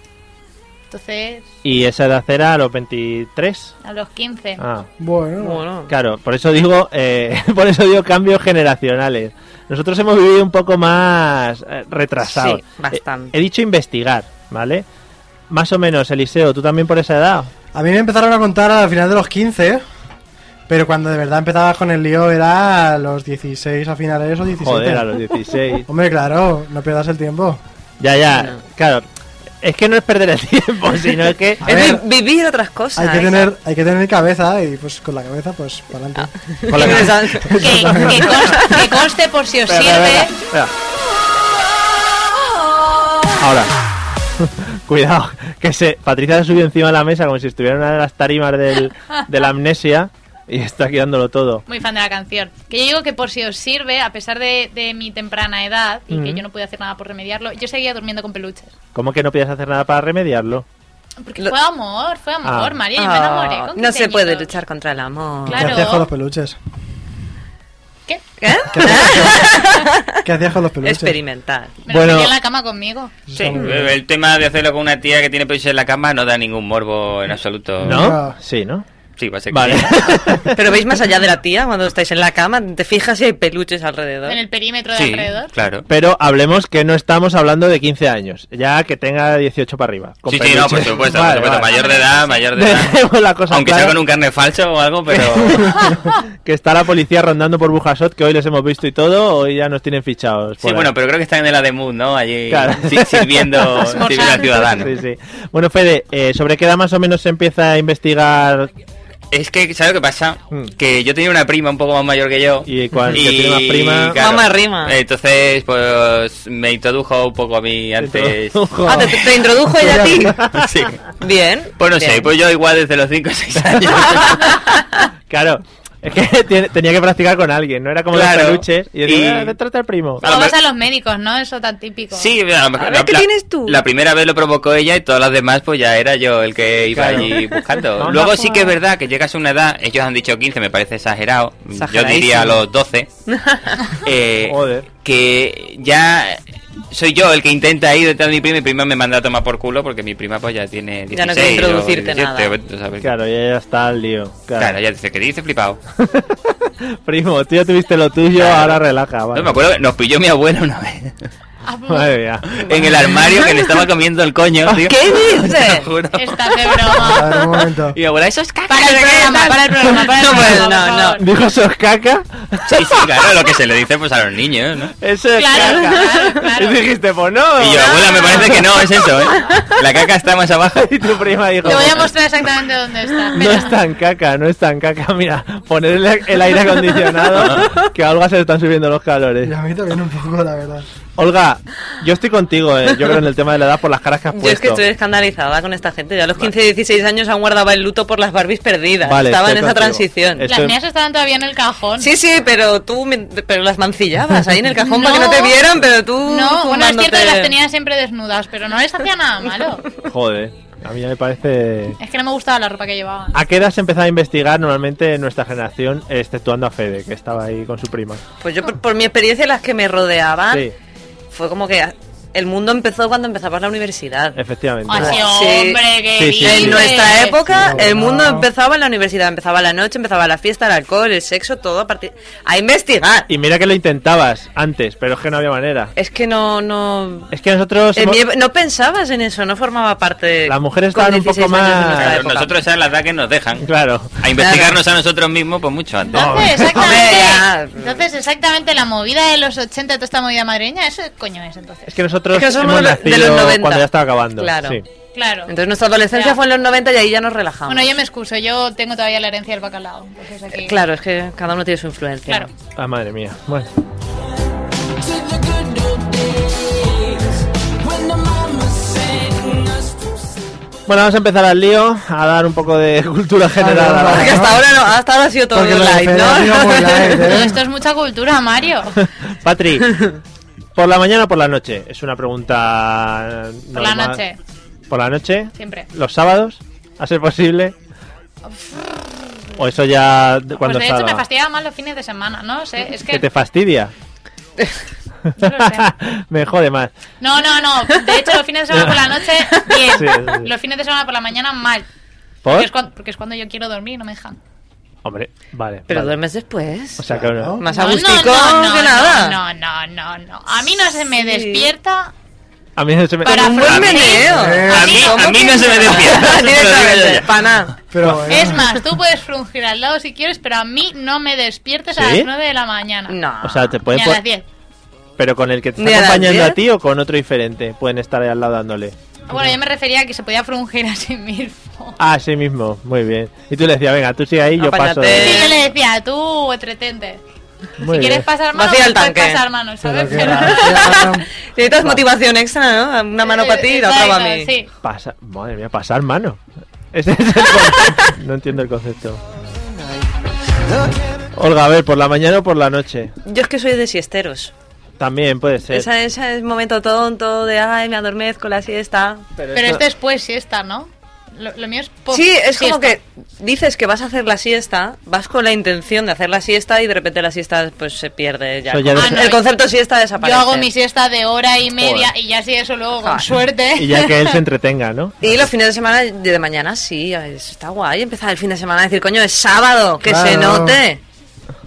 Speaker 2: Entonces,
Speaker 1: Y esa edad era a los 23.
Speaker 2: a los 15.
Speaker 1: Ah,
Speaker 4: Bueno,
Speaker 3: Bueno,
Speaker 1: claro, por eso digo, eh, [LAUGHS] por eso digo cambios generacionales. Nosotros hemos vivido un poco más eh, retrasados.
Speaker 3: Sí, bastante.
Speaker 1: Eh, he dicho investigar, ¿vale? Más o menos, Eliseo, tú también por esa edad.
Speaker 4: A mí me empezaron a contar al final de los 15, pero cuando de verdad empezabas con el lío era a los 16 a finales o 17.
Speaker 1: Joder, a
Speaker 4: [LAUGHS]
Speaker 1: los 16.
Speaker 4: Hombre, claro, no pierdas el tiempo.
Speaker 1: ya, ya, claro. Es que no es perder el [LAUGHS] tiempo, sino es que...
Speaker 4: A
Speaker 3: es
Speaker 4: ver,
Speaker 3: vi- vivir otras cosas.
Speaker 4: Hay que,
Speaker 3: [LAUGHS]
Speaker 4: tener, hay que tener cabeza y pues con la cabeza pues para adelante.
Speaker 2: Ah,
Speaker 1: Con [LAUGHS] la cabeza-
Speaker 4: [LAUGHS]
Speaker 2: Que, que conste, que conste por si os
Speaker 1: Espera, espera,
Speaker 2: sirve.
Speaker 1: espera, espera. Ahora. [LAUGHS] Cuidado, que se. Patricia se subió encima de la mesa como si estuviera en una de las tarimas del, de la amnesia y está quitándolo todo.
Speaker 2: Muy fan de la canción. Que yo digo que por si os sirve, a pesar de, de mi temprana edad y que yo no pude hacer nada por remediarlo, yo seguía durmiendo con peluches.
Speaker 1: ¿Cómo que no podías hacer nada para remediarlo?
Speaker 2: Porque
Speaker 3: Lo-
Speaker 2: fue amor, fue amor,
Speaker 1: Ah.
Speaker 2: María, yo me enamoré.
Speaker 3: Ah,
Speaker 2: con
Speaker 3: no
Speaker 2: 15
Speaker 3: se puede
Speaker 2: añitos.
Speaker 3: luchar contra el amor.
Speaker 2: Claro.
Speaker 4: ¿Qué hacías con los peluches?
Speaker 2: ¿Qué?
Speaker 3: ¿Eh? [LAUGHS]
Speaker 4: ¿Qué hacías con los peluches?
Speaker 3: Experimentar.
Speaker 2: Me
Speaker 1: Bueno.
Speaker 2: lo metí en la cama conmigo.
Speaker 3: Sí.
Speaker 5: El tema de hacerlo con una tía que tiene peluches en la cama no da ningún morbo en absoluto.
Speaker 1: ¿No?
Speaker 4: No.
Speaker 1: Sí, ¿no?
Speaker 5: Sí, va a ser Ah. que [LAUGHS]
Speaker 1: Vale. [LAUGHS]
Speaker 5: sí.
Speaker 3: Pero veis más allá de la tía cuando estáis en la cama, te fijas si hay peluches alrededor.
Speaker 2: En el perímetro de
Speaker 5: Sí,
Speaker 2: alrededor.
Speaker 5: claro.
Speaker 1: Pero hablemos que no estamos hablando de 15 años, ya que tenga 18 para arriba. con
Speaker 5: Sí, sí, no, por
Speaker 1: peluche.
Speaker 5: supuesto,
Speaker 1: Vale,
Speaker 5: por supuesto.
Speaker 1: vale.
Speaker 5: Mayor de edad, mayor de edad.
Speaker 1: Dejemos la cosa
Speaker 5: Aunque sea
Speaker 1: clara.
Speaker 5: con un carne falso o algo,
Speaker 1: [LAUGHS]
Speaker 5: pero...
Speaker 1: [LAUGHS] Que está la policía rondando por Bujasot, que hoy les hemos visto y todo, hoy ya nos tienen fichados.
Speaker 5: Sí,
Speaker 1: por ahí.
Speaker 5: bueno, pero creo que están en el Ademuz, ¿no? Allí
Speaker 1: Claro.
Speaker 5: eh, [LAUGHS] si-
Speaker 1: [LAUGHS]
Speaker 5: sirviendo, sirviendo al ciudadano.
Speaker 1: Sí, sí. Bueno, Fede, eh, ¿sobre qué edad más o menos se empieza a investigar?
Speaker 5: Es que, ¿sabes lo que pasa?
Speaker 1: Hmm.
Speaker 5: Que yo tenía una prima un poco más mayor que yo.
Speaker 1: Y cuan- que tiene más prima-
Speaker 3: Mamá rima.
Speaker 5: Entonces, pues me introdujo un poco a mí antes.
Speaker 1: Ojo.
Speaker 3: Ah, te, te introdujo ella a ti.
Speaker 5: [LAUGHS] sí.
Speaker 3: Bien.
Speaker 5: Pues no sé,
Speaker 3: bien. [LAUGHS]
Speaker 5: pues yo igual desde los 5 o 6 años.
Speaker 1: Claro, es que [LAUGHS] tiene- tenía que practicar con alguien, no era como
Speaker 5: Claro.
Speaker 1: los peluches. Y yo
Speaker 5: Y-
Speaker 1: digo, "Ah, te trata el primo.
Speaker 5: A lo
Speaker 2: Luego vas
Speaker 5: me-
Speaker 2: a los médicos, ¿no? Eso tan típico.
Speaker 5: Sí, a lo mejor.
Speaker 3: A ver, ¿qué tienes tú?
Speaker 5: La primera vez lo provocó ella y todas las demás, pues ya era yo el que iba
Speaker 1: Claro. [LAUGHS]
Speaker 5: allí buscando.
Speaker 1: Vamos a
Speaker 5: Luego
Speaker 1: jugar.
Speaker 5: sí que es verdad que llegas a una edad, ellos han dicho 15, me parece exagerado. Yo
Speaker 3: Exageradísimo.
Speaker 5: diría a
Speaker 3: [LAUGHS]
Speaker 5: los 12. eh,
Speaker 1: Joder.
Speaker 5: que ya soy yo el que intenta ir detrás de mi prima y mi prima me manda a tomar por culo porque mi prima pues ya tiene 16
Speaker 3: Ya no quiere introducirte
Speaker 5: o
Speaker 3: nada.
Speaker 5: 17, o sabes. Claro.
Speaker 1: Claro, y ya está el lío. Claro.
Speaker 5: ya dice que dice flipado.
Speaker 1: [LAUGHS] Primo, tú ya tuviste lo tuyo,
Speaker 5: Claro.
Speaker 1: ahora relaja. vale. [LAUGHS]
Speaker 5: No me acuerdo, que nos pilló mi abuela una vez.
Speaker 2: Ah,
Speaker 1: Madre mía.
Speaker 5: En el armario que le estaba comiendo
Speaker 3: [LAUGHS]
Speaker 5: el coño, tío.
Speaker 3: ¿Qué dices?
Speaker 5: [LAUGHS] Te lo juro.
Speaker 2: Estás de
Speaker 4: A ver,
Speaker 2: broma.
Speaker 4: un
Speaker 1: [LAUGHS]
Speaker 4: momento.
Speaker 5: Y ahora eso es caca.
Speaker 2: Para el
Speaker 5: ¿de qué
Speaker 2: programa,
Speaker 5: tal?
Speaker 2: para el programa, para el
Speaker 3: No,
Speaker 2: programa.
Speaker 3: pues,
Speaker 2: por
Speaker 3: no, no.
Speaker 2: favor.
Speaker 1: Dijo sos caca.
Speaker 5: Sí, sí, claro, lo que se le dice pues a los niños, ¿no?
Speaker 1: [LAUGHS] Eso es
Speaker 2: Claro,
Speaker 1: caca.
Speaker 2: claro, claro.
Speaker 1: Y dijiste, pues no.
Speaker 5: Y yo, abuela, me parece que no, es eso, ¿eh? La caca está más abajo.
Speaker 1: [LAUGHS] Y tu prima dijo, "Pues
Speaker 2: Te voy a mostrar exactamente dónde está.
Speaker 1: no
Speaker 2: Espera.
Speaker 1: es tan caca, no es tan caca. [LAUGHS] Mira, ponerle el aire acondicionado, que a Olga se le están subiendo los calores.
Speaker 4: Y a mí también un poco, la verdad.
Speaker 1: Olga, yo estoy contigo, eh, yo creo, en el tema de la edad por las caras que has
Speaker 3: Yo es que
Speaker 1: puesto.
Speaker 3: estoy escandalizada con esta gente. Ya a los 15 y 16 años aún guardaba el luto por las Barbies perdidas.
Speaker 1: Vale,
Speaker 3: Estaba en
Speaker 1: estoy
Speaker 3: esa
Speaker 1: contigo.
Speaker 3: transición.
Speaker 1: Es-
Speaker 2: Las mías estaban todavía en el cajón.
Speaker 3: Sí, sí, pero tú me- pero las mancillabas ahí en el cajón para que no
Speaker 2: No.
Speaker 3: te vieran, pero tú.
Speaker 2: No, bueno, es cierto que
Speaker 3: fumándote-
Speaker 2: las tenía siempre desnudas, pero no les hacía nada malo.
Speaker 1: Joder, a mí ya me parece...
Speaker 2: Es que no me gustaba la ropa que llevaban.
Speaker 1: ¿A qué edad se empezaba a investigar normalmente en nuestra generación, exceptuando a Fede, que estaba ahí con su prima?
Speaker 3: Pues yo, por, por mi experiencia, las que me rodeaban, fue como que el mundo empezó cuando empezabas la universidad.
Speaker 1: efectivamente.
Speaker 2: Así,
Speaker 3: Ah, Sí.
Speaker 2: hombre, que
Speaker 1: Ah, Sí, sí, sí.
Speaker 3: En nuestra época,
Speaker 4: Sí,
Speaker 3: el mundo
Speaker 4: no.
Speaker 3: empezaba en la universidad. Empezaba la noche, empezaba la fiesta, el alcohol, el sexo, todo a partir. A investigar.
Speaker 1: Y mira que lo intentabas antes, pero es que no había manera.
Speaker 3: Es que no. no...
Speaker 1: Es que nosotros...
Speaker 3: En
Speaker 1: hemos-
Speaker 3: mi
Speaker 1: [LAUGHS]
Speaker 3: ep- no pensabas en eso, no formaba parte.
Speaker 1: Las mujeres
Speaker 3: con
Speaker 1: estaban un
Speaker 3: 16
Speaker 1: poco
Speaker 3: años de
Speaker 1: más-
Speaker 3: nuestra
Speaker 5: Claro,
Speaker 3: época.
Speaker 5: nosotros esa es la edad que nos dejan.
Speaker 1: Claro.
Speaker 5: A investigarnos a nosotros mismos, pues mucho antes.
Speaker 2: Entonces,
Speaker 3: Hombre,
Speaker 2: exactamente,
Speaker 3: ya.
Speaker 2: entonces, exactamente la movida de los 80, toda esta movida madrileña, eso coño es entonces.
Speaker 1: Es que nosotros
Speaker 3: Es que somos
Speaker 1: hemos
Speaker 3: de los
Speaker 1: nacido
Speaker 3: 90.
Speaker 1: cuando ya estaba acabando.
Speaker 3: Claro.
Speaker 1: sí.
Speaker 2: Claro.
Speaker 3: Entonces nuestra adolescencia
Speaker 2: Ya.
Speaker 3: fue en los 90 y ahí ya nos relajamos.
Speaker 2: Bueno, yo me excuso, yo tengo todavía la herencia del bacalao. entonces aquí-
Speaker 3: Eh, Claro, es que cada uno tiene su influencia.
Speaker 2: Claro.
Speaker 1: Ah, madre mía. Bueno. Bueno, vamos a empezar al lío, a dar un poco de [LAUGHS] cultura general.
Speaker 4: Ah,
Speaker 3: Porque hasta ahora, no, hasta ahora ha sido todo
Speaker 4: Porque lo de
Speaker 3: live,
Speaker 4: Fede ha sido
Speaker 3: [LAUGHS]
Speaker 4: muy light,
Speaker 3: ¿no?
Speaker 4: ¿eh?
Speaker 2: Todo esto es mucha cultura, Mario.
Speaker 1: [LAUGHS] Patri, ¿por la mañana o por la noche? Es una pregunta.
Speaker 2: Por la
Speaker 1: normal.
Speaker 2: noche,
Speaker 1: ¿Por la noche?
Speaker 2: siempre.
Speaker 1: ¿Los sábados? ¿A ser posible? ¿O eso ya de-
Speaker 2: Pues
Speaker 1: cuando
Speaker 2: de hecho
Speaker 1: estaba?
Speaker 2: me fastidiaba más los fines de semana, ¿no? sé, es que...
Speaker 1: ¿Que
Speaker 2: [LAUGHS]
Speaker 1: te fastidia?
Speaker 2: No lo sé.
Speaker 1: [LAUGHS] me jode más.
Speaker 2: No, no, no. De hecho, los fines de semana por la noche, bien.
Speaker 1: Sí, sí, sí.
Speaker 2: Los fines de semana por la mañana, mal.
Speaker 1: ¿Por?
Speaker 2: Porque es, cuan- porque es cuando, yo quiero dormir y no me dejan.
Speaker 1: Hombre, vale.
Speaker 3: Pero
Speaker 1: vale.
Speaker 3: duermes después.
Speaker 1: O sea que no.
Speaker 3: Más
Speaker 2: No,
Speaker 3: a
Speaker 2: no,
Speaker 3: gustico
Speaker 2: no, no,
Speaker 3: que nada.
Speaker 2: No, no, no, no. A mí no se me
Speaker 3: Sí.
Speaker 2: despierta
Speaker 1: A mí no se me.
Speaker 2: Para
Speaker 3: Un buen
Speaker 2: A mí-
Speaker 3: meneo.
Speaker 4: a
Speaker 5: mí-
Speaker 3: ¿Cómo
Speaker 5: a mí no
Speaker 3: que
Speaker 5: se me despierta, eso te lo digo
Speaker 3: Directamente,
Speaker 5: yo.
Speaker 3: pa' nada.
Speaker 4: Pero bueno.
Speaker 2: Es más, tú puedes frungir al lado si quieres, pero a mí no me despiertes a
Speaker 1: ¿Sí?
Speaker 2: las 9 de la mañana.
Speaker 3: No. Pues,
Speaker 1: O sea, te
Speaker 2: Ni
Speaker 1: pueden.
Speaker 2: a
Speaker 1: po-
Speaker 2: las 10.
Speaker 1: Pero con el que te
Speaker 3: Ni a
Speaker 1: está
Speaker 3: las
Speaker 1: acompañando a
Speaker 3: diez.
Speaker 1: ti o con otro diferente. Pueden estar ahí al lado dándole.
Speaker 2: Bueno, yo me refería a que se podía frungir a [LAUGHS] sí mismo.
Speaker 1: Ah, sí mismo. Muy bien. Y tú le decías, venga, tú sigue ahí, yo
Speaker 3: Apáñate.
Speaker 1: paso.
Speaker 2: Sí,
Speaker 1: de-
Speaker 2: yo le decía, tú, entretente.
Speaker 1: Muy
Speaker 2: si
Speaker 1: bien.
Speaker 2: quieres pasar mano,
Speaker 3: Vacía el
Speaker 2: puedes
Speaker 3: tanque.
Speaker 2: pasar mano, ¿sabes? [LAUGHS]
Speaker 4: Pero que
Speaker 2: Pero-
Speaker 4: va, ya, ya.
Speaker 3: Necesitas motivación extra, ¿no? Una mano para ti y la otra para mí.
Speaker 2: Sí.
Speaker 1: Pasa- Madre mía, pasar mano. Ese es el [LAUGHS] concepto. no entiendo el concepto. Olga, a ver, por la mañana o por la noche.
Speaker 3: Yo es que soy de siesteros.
Speaker 1: También puede ser.
Speaker 3: Esa, esa es momento tonto de ay, me adormezco la siesta.
Speaker 2: Pero esto es pues siesta, ¿no? Lo, lo mío es post
Speaker 3: Sí, es como
Speaker 2: siesta.
Speaker 3: que dices que vas a hacer la siesta, vas con la intención de hacer la siesta y de repente la siesta pues se pierde ya.
Speaker 1: Eso ya
Speaker 3: Ah,
Speaker 1: depende.
Speaker 3: no, el concepto siesta desaparece. Ah.
Speaker 2: Yo hago mi siesta de hora y media
Speaker 1: Joder.
Speaker 2: y ya si eso luego con
Speaker 3: Joder.
Speaker 2: suerte.
Speaker 1: Y ya que él se entretenga, ¿no?
Speaker 3: Y los fines de semana y de mañana sí, eso está guay. Empezar el fin de semana a decir, coño, es sábado, que se
Speaker 4: Claro.
Speaker 3: note.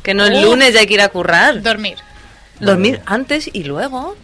Speaker 3: Que no es
Speaker 2: Uh.
Speaker 3: lunes ya hay que ir a currar.
Speaker 2: [LAUGHS] Dormir.
Speaker 3: Dormir antes y luego.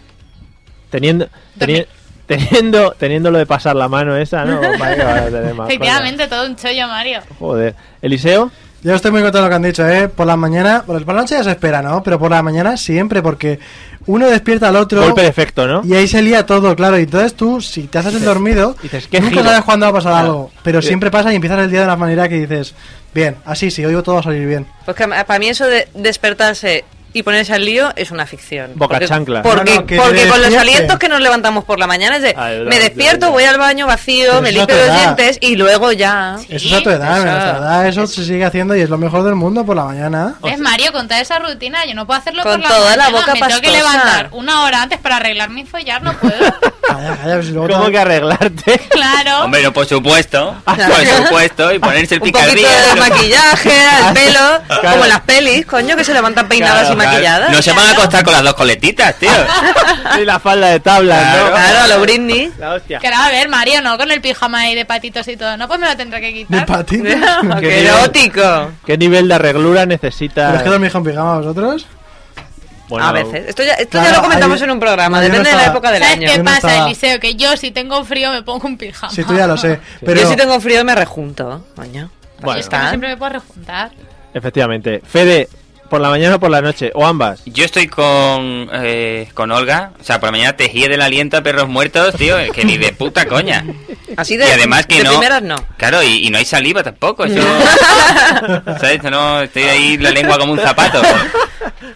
Speaker 1: Teniendo. teni- Teniendo, teniendo lo de pasar la mano esa, ¿no? Para que vaya a tener más
Speaker 2: Efectivamente, todo un chollo, Mario.
Speaker 1: cosas. Joder. Eliseo,
Speaker 4: Yo estoy muy contento de lo que han dicho, ¿eh? Por la mañana, por la noche ya se espera, ¿no? Pero por la mañana siempre, porque uno despierta al otro.
Speaker 1: golpe de efecto, ¿no?
Speaker 4: Y ahí se lía todo, claro. Y entonces tú, si te haces el dormido,
Speaker 1: dices, ¿qué
Speaker 4: nunca
Speaker 1: giro?
Speaker 4: sabes cuándo va a pasar
Speaker 1: Claro.
Speaker 4: algo. Pero
Speaker 1: Sí.
Speaker 4: siempre pasa y empiezas el día de la manera que dices, bien, así sí, hoy todo va a salir bien.
Speaker 3: Pues que para mí eso de despertarse y ponerse al lío es una ficción.
Speaker 1: Boca
Speaker 3: Porque-
Speaker 1: chancla.
Speaker 3: Porque,
Speaker 4: No, no, que
Speaker 3: porque
Speaker 4: te
Speaker 3: con los
Speaker 4: despiertes.
Speaker 3: alientos que nos levantamos por la mañana es de,
Speaker 1: Ah, es verdad,
Speaker 3: me
Speaker 1: es
Speaker 3: despierto,
Speaker 1: verdad.
Speaker 3: voy al baño vacío,
Speaker 4: Pero
Speaker 3: me
Speaker 4: eso no te
Speaker 3: limpio los
Speaker 4: da.
Speaker 3: dientes y luego ya.
Speaker 4: Eso es a tu edad,
Speaker 3: eso-
Speaker 4: a nuestra edad eso se sigue haciendo y es lo mejor del mundo por la mañana.
Speaker 2: ¿Ves, Mario? Con toda esa rutina, yo no puedo hacerlo
Speaker 3: Con
Speaker 2: por la
Speaker 3: toda la
Speaker 2: mañana,
Speaker 3: boca
Speaker 2: Me tengo
Speaker 3: pastosa.
Speaker 2: que levantar una hora antes para arreglarme y follar, no puedo.
Speaker 1: [LAUGHS]
Speaker 4: Calla, calla, pues, y luego
Speaker 1: [LAUGHS] ¿Cómo
Speaker 4: te-
Speaker 1: que arreglarte?
Speaker 2: claro.
Speaker 5: Hombre, no, por supuesto. Por supuesto. Y ponerse el
Speaker 3: Ah, Un poquito
Speaker 5: picardía.
Speaker 3: de maquillaje,
Speaker 4: [LAUGHS]
Speaker 3: al pelo,
Speaker 1: Claro.
Speaker 3: como en las pelis, coño, que se levantan peinadas
Speaker 5: Claro,
Speaker 3: y
Speaker 5: claro.
Speaker 3: maquilladas.
Speaker 5: No se van a acostar con las dos coletitas, tío.
Speaker 3: Ah.
Speaker 5: [LAUGHS]
Speaker 1: Y la falda de tabla, ¿no?
Speaker 3: Claro, a lo Britney.
Speaker 1: La hostia.
Speaker 2: Que ahora, a ver, Mario, no, con el pijama ahí de patitos y todo. No, pues me lo tendré que
Speaker 4: de
Speaker 3: ¿Ah?
Speaker 2: quitar.
Speaker 3: [LAUGHS]
Speaker 4: patines.
Speaker 3: ¡Qué erótico!
Speaker 1: ¿Qué nivel de arreglura necesita?
Speaker 4: ¿Pero es que dormís con pijama vosotros?
Speaker 1: Bueno,
Speaker 3: a veces. Esto ya, esto
Speaker 4: Claro,
Speaker 3: ya lo comentamos
Speaker 4: ahí-
Speaker 3: en un programa,
Speaker 4: no, yo no
Speaker 3: depende de la
Speaker 4: estaba-
Speaker 3: época del
Speaker 2: ¿Sabes
Speaker 3: año.
Speaker 2: qué
Speaker 4: Yo no
Speaker 2: pasa,
Speaker 4: estaba-
Speaker 2: Eliseo? Que yo si tengo frío me pongo un pijama.
Speaker 4: Sí, tú ya lo sé. Pero
Speaker 3: Ah. Yo sí tengo frío me rejunto, coño. Pues ya
Speaker 1: Bueno.
Speaker 2: Que no
Speaker 3: está.
Speaker 2: siempre me puedo rejuntar.
Speaker 1: Efectivamente. Fede, ¿por la mañana o por la noche? O ambas.
Speaker 5: Yo estoy con, eh, con Olga. O sea, por la mañana tejía del aliento a perros muertos, tío. Que ni de puta coña.
Speaker 3: Así
Speaker 5: Y
Speaker 3: de,
Speaker 5: además que
Speaker 3: de
Speaker 5: no.
Speaker 3: primeras no.
Speaker 5: Claro, y, y no hay saliva tampoco. Eso, [LAUGHS] ¿Sabes? No, estoy ahí la lengua como un zapato.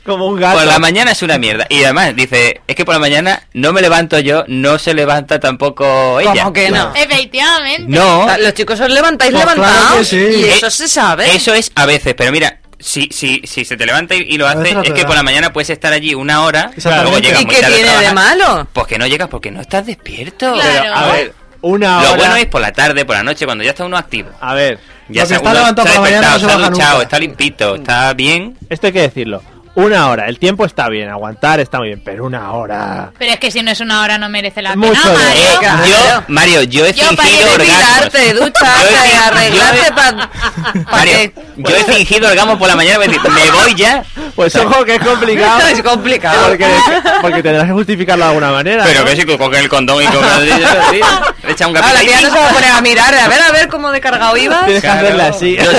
Speaker 1: Como un gato.
Speaker 5: Por la mañana es una mierda. Y además, dice, es que por la mañana no me levanto yo, no se levanta tampoco ella.
Speaker 3: ¿Cómo que no?
Speaker 2: Efectivamente.
Speaker 5: No,
Speaker 3: Ah, Los chicos os levantáis
Speaker 4: Pues claro
Speaker 3: levantados
Speaker 4: que sí.
Speaker 3: y
Speaker 5: Eh,
Speaker 3: eso se sabe.
Speaker 5: Eso es a veces, pero mira, si, si, si se te levanta y, y lo
Speaker 4: A veces
Speaker 5: hace,
Speaker 4: no te
Speaker 5: es que
Speaker 4: da.
Speaker 5: por la mañana puedes estar allí una hora,
Speaker 4: Exactamente.
Speaker 5: luego llegas
Speaker 3: ¿Y
Speaker 5: muy
Speaker 3: qué
Speaker 5: tarde a
Speaker 3: tiene de
Speaker 5: trabajar.
Speaker 3: malo?
Speaker 5: Pues que no llegas porque no estás despierto.
Speaker 2: Claro.
Speaker 1: Pero, a ver, una hora.
Speaker 5: Lo bueno es por la tarde, por la noche, cuando ya está uno activo.
Speaker 1: A ver,
Speaker 5: Ya
Speaker 4: Lo que
Speaker 5: se-
Speaker 4: está
Speaker 5: uno
Speaker 4: levantado
Speaker 5: se ha
Speaker 4: por la mañana
Speaker 5: despertado,
Speaker 4: no se
Speaker 5: se ha
Speaker 4: baja
Speaker 5: duchado,
Speaker 4: nunca.
Speaker 5: está limpito, está bien.
Speaker 1: esto hay que decirlo. Una hora, el tiempo está bien, aguantar está muy bien, pero una hora.
Speaker 2: Pero es que si no es una hora no merece la pena,
Speaker 1: Mucho de-
Speaker 2: Mario.
Speaker 5: Eh,
Speaker 3: claro.
Speaker 5: yo, Mario, yo he
Speaker 2: Yo para
Speaker 5: fingido orgasmos.
Speaker 3: Depilarte,
Speaker 5: [LAUGHS] Yo he
Speaker 3: ducharte,
Speaker 5: fingido-
Speaker 3: arreglarte
Speaker 5: yo he-
Speaker 3: para...
Speaker 5: [LAUGHS] Mario, yo he fingido orgasmo por la mañana, me, me voy ya.
Speaker 1: Pues ojo que es
Speaker 3: [LAUGHS]
Speaker 1: complicado.
Speaker 3: Es complicado.
Speaker 1: Ah, Porque, porque tendrás que justificarlo de alguna manera.
Speaker 5: Pero
Speaker 1: ¿no?
Speaker 5: que si coges el condón y coges el... Echa un
Speaker 3: Ah, la
Speaker 5: capitán.
Speaker 3: tía no se va a poner a mirar, a ver, a ver cómo de cargado ibas.
Speaker 1: Tienes que
Speaker 5: Claro.
Speaker 1: hacerle así. [LAUGHS]
Speaker 5: Yo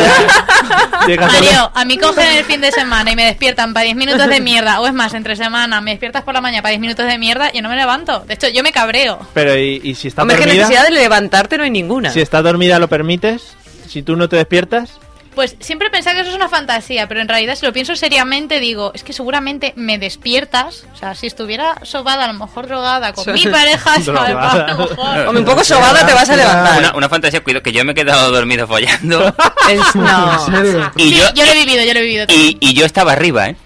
Speaker 1: Tienes que hacerle-
Speaker 2: Mario, a mí cogen el fin de semana y me despiertan para 10 minutos de mierda. O es más, entre semana me despiertas por la mañana para 10 minutos de mierda y yo no me levanto. De hecho, yo me cabreo.
Speaker 1: Pero ¿y, y si está
Speaker 3: Hombre, es que
Speaker 1: dormida?
Speaker 3: necesidad de levantarte no hay ninguna.
Speaker 1: Si está dormida, ¿lo permites? Si tú no te despiertas,
Speaker 2: Pues siempre pensé que eso es una fantasía, pero en realidad si lo pienso seriamente digo, es que seguramente me despiertas, o sea, si estuviera sobada, a lo mejor drogada con mi pareja, ¿sabes?
Speaker 1: Drogada.
Speaker 2: a lo
Speaker 3: [LAUGHS]
Speaker 2: mejor.
Speaker 3: Hombre, un poco sobada te vas a levantar.
Speaker 5: Una, una fantasía, cuido, que yo me he quedado
Speaker 3: [LAUGHS]
Speaker 5: dormido follando.
Speaker 3: Es-
Speaker 4: ¿En
Speaker 3: no.
Speaker 4: serio?
Speaker 5: Y
Speaker 2: sí,
Speaker 5: yo-
Speaker 2: yo, lo he vivido, yo lo he vivido.
Speaker 5: Y, y yo estaba arriba, ¿eh?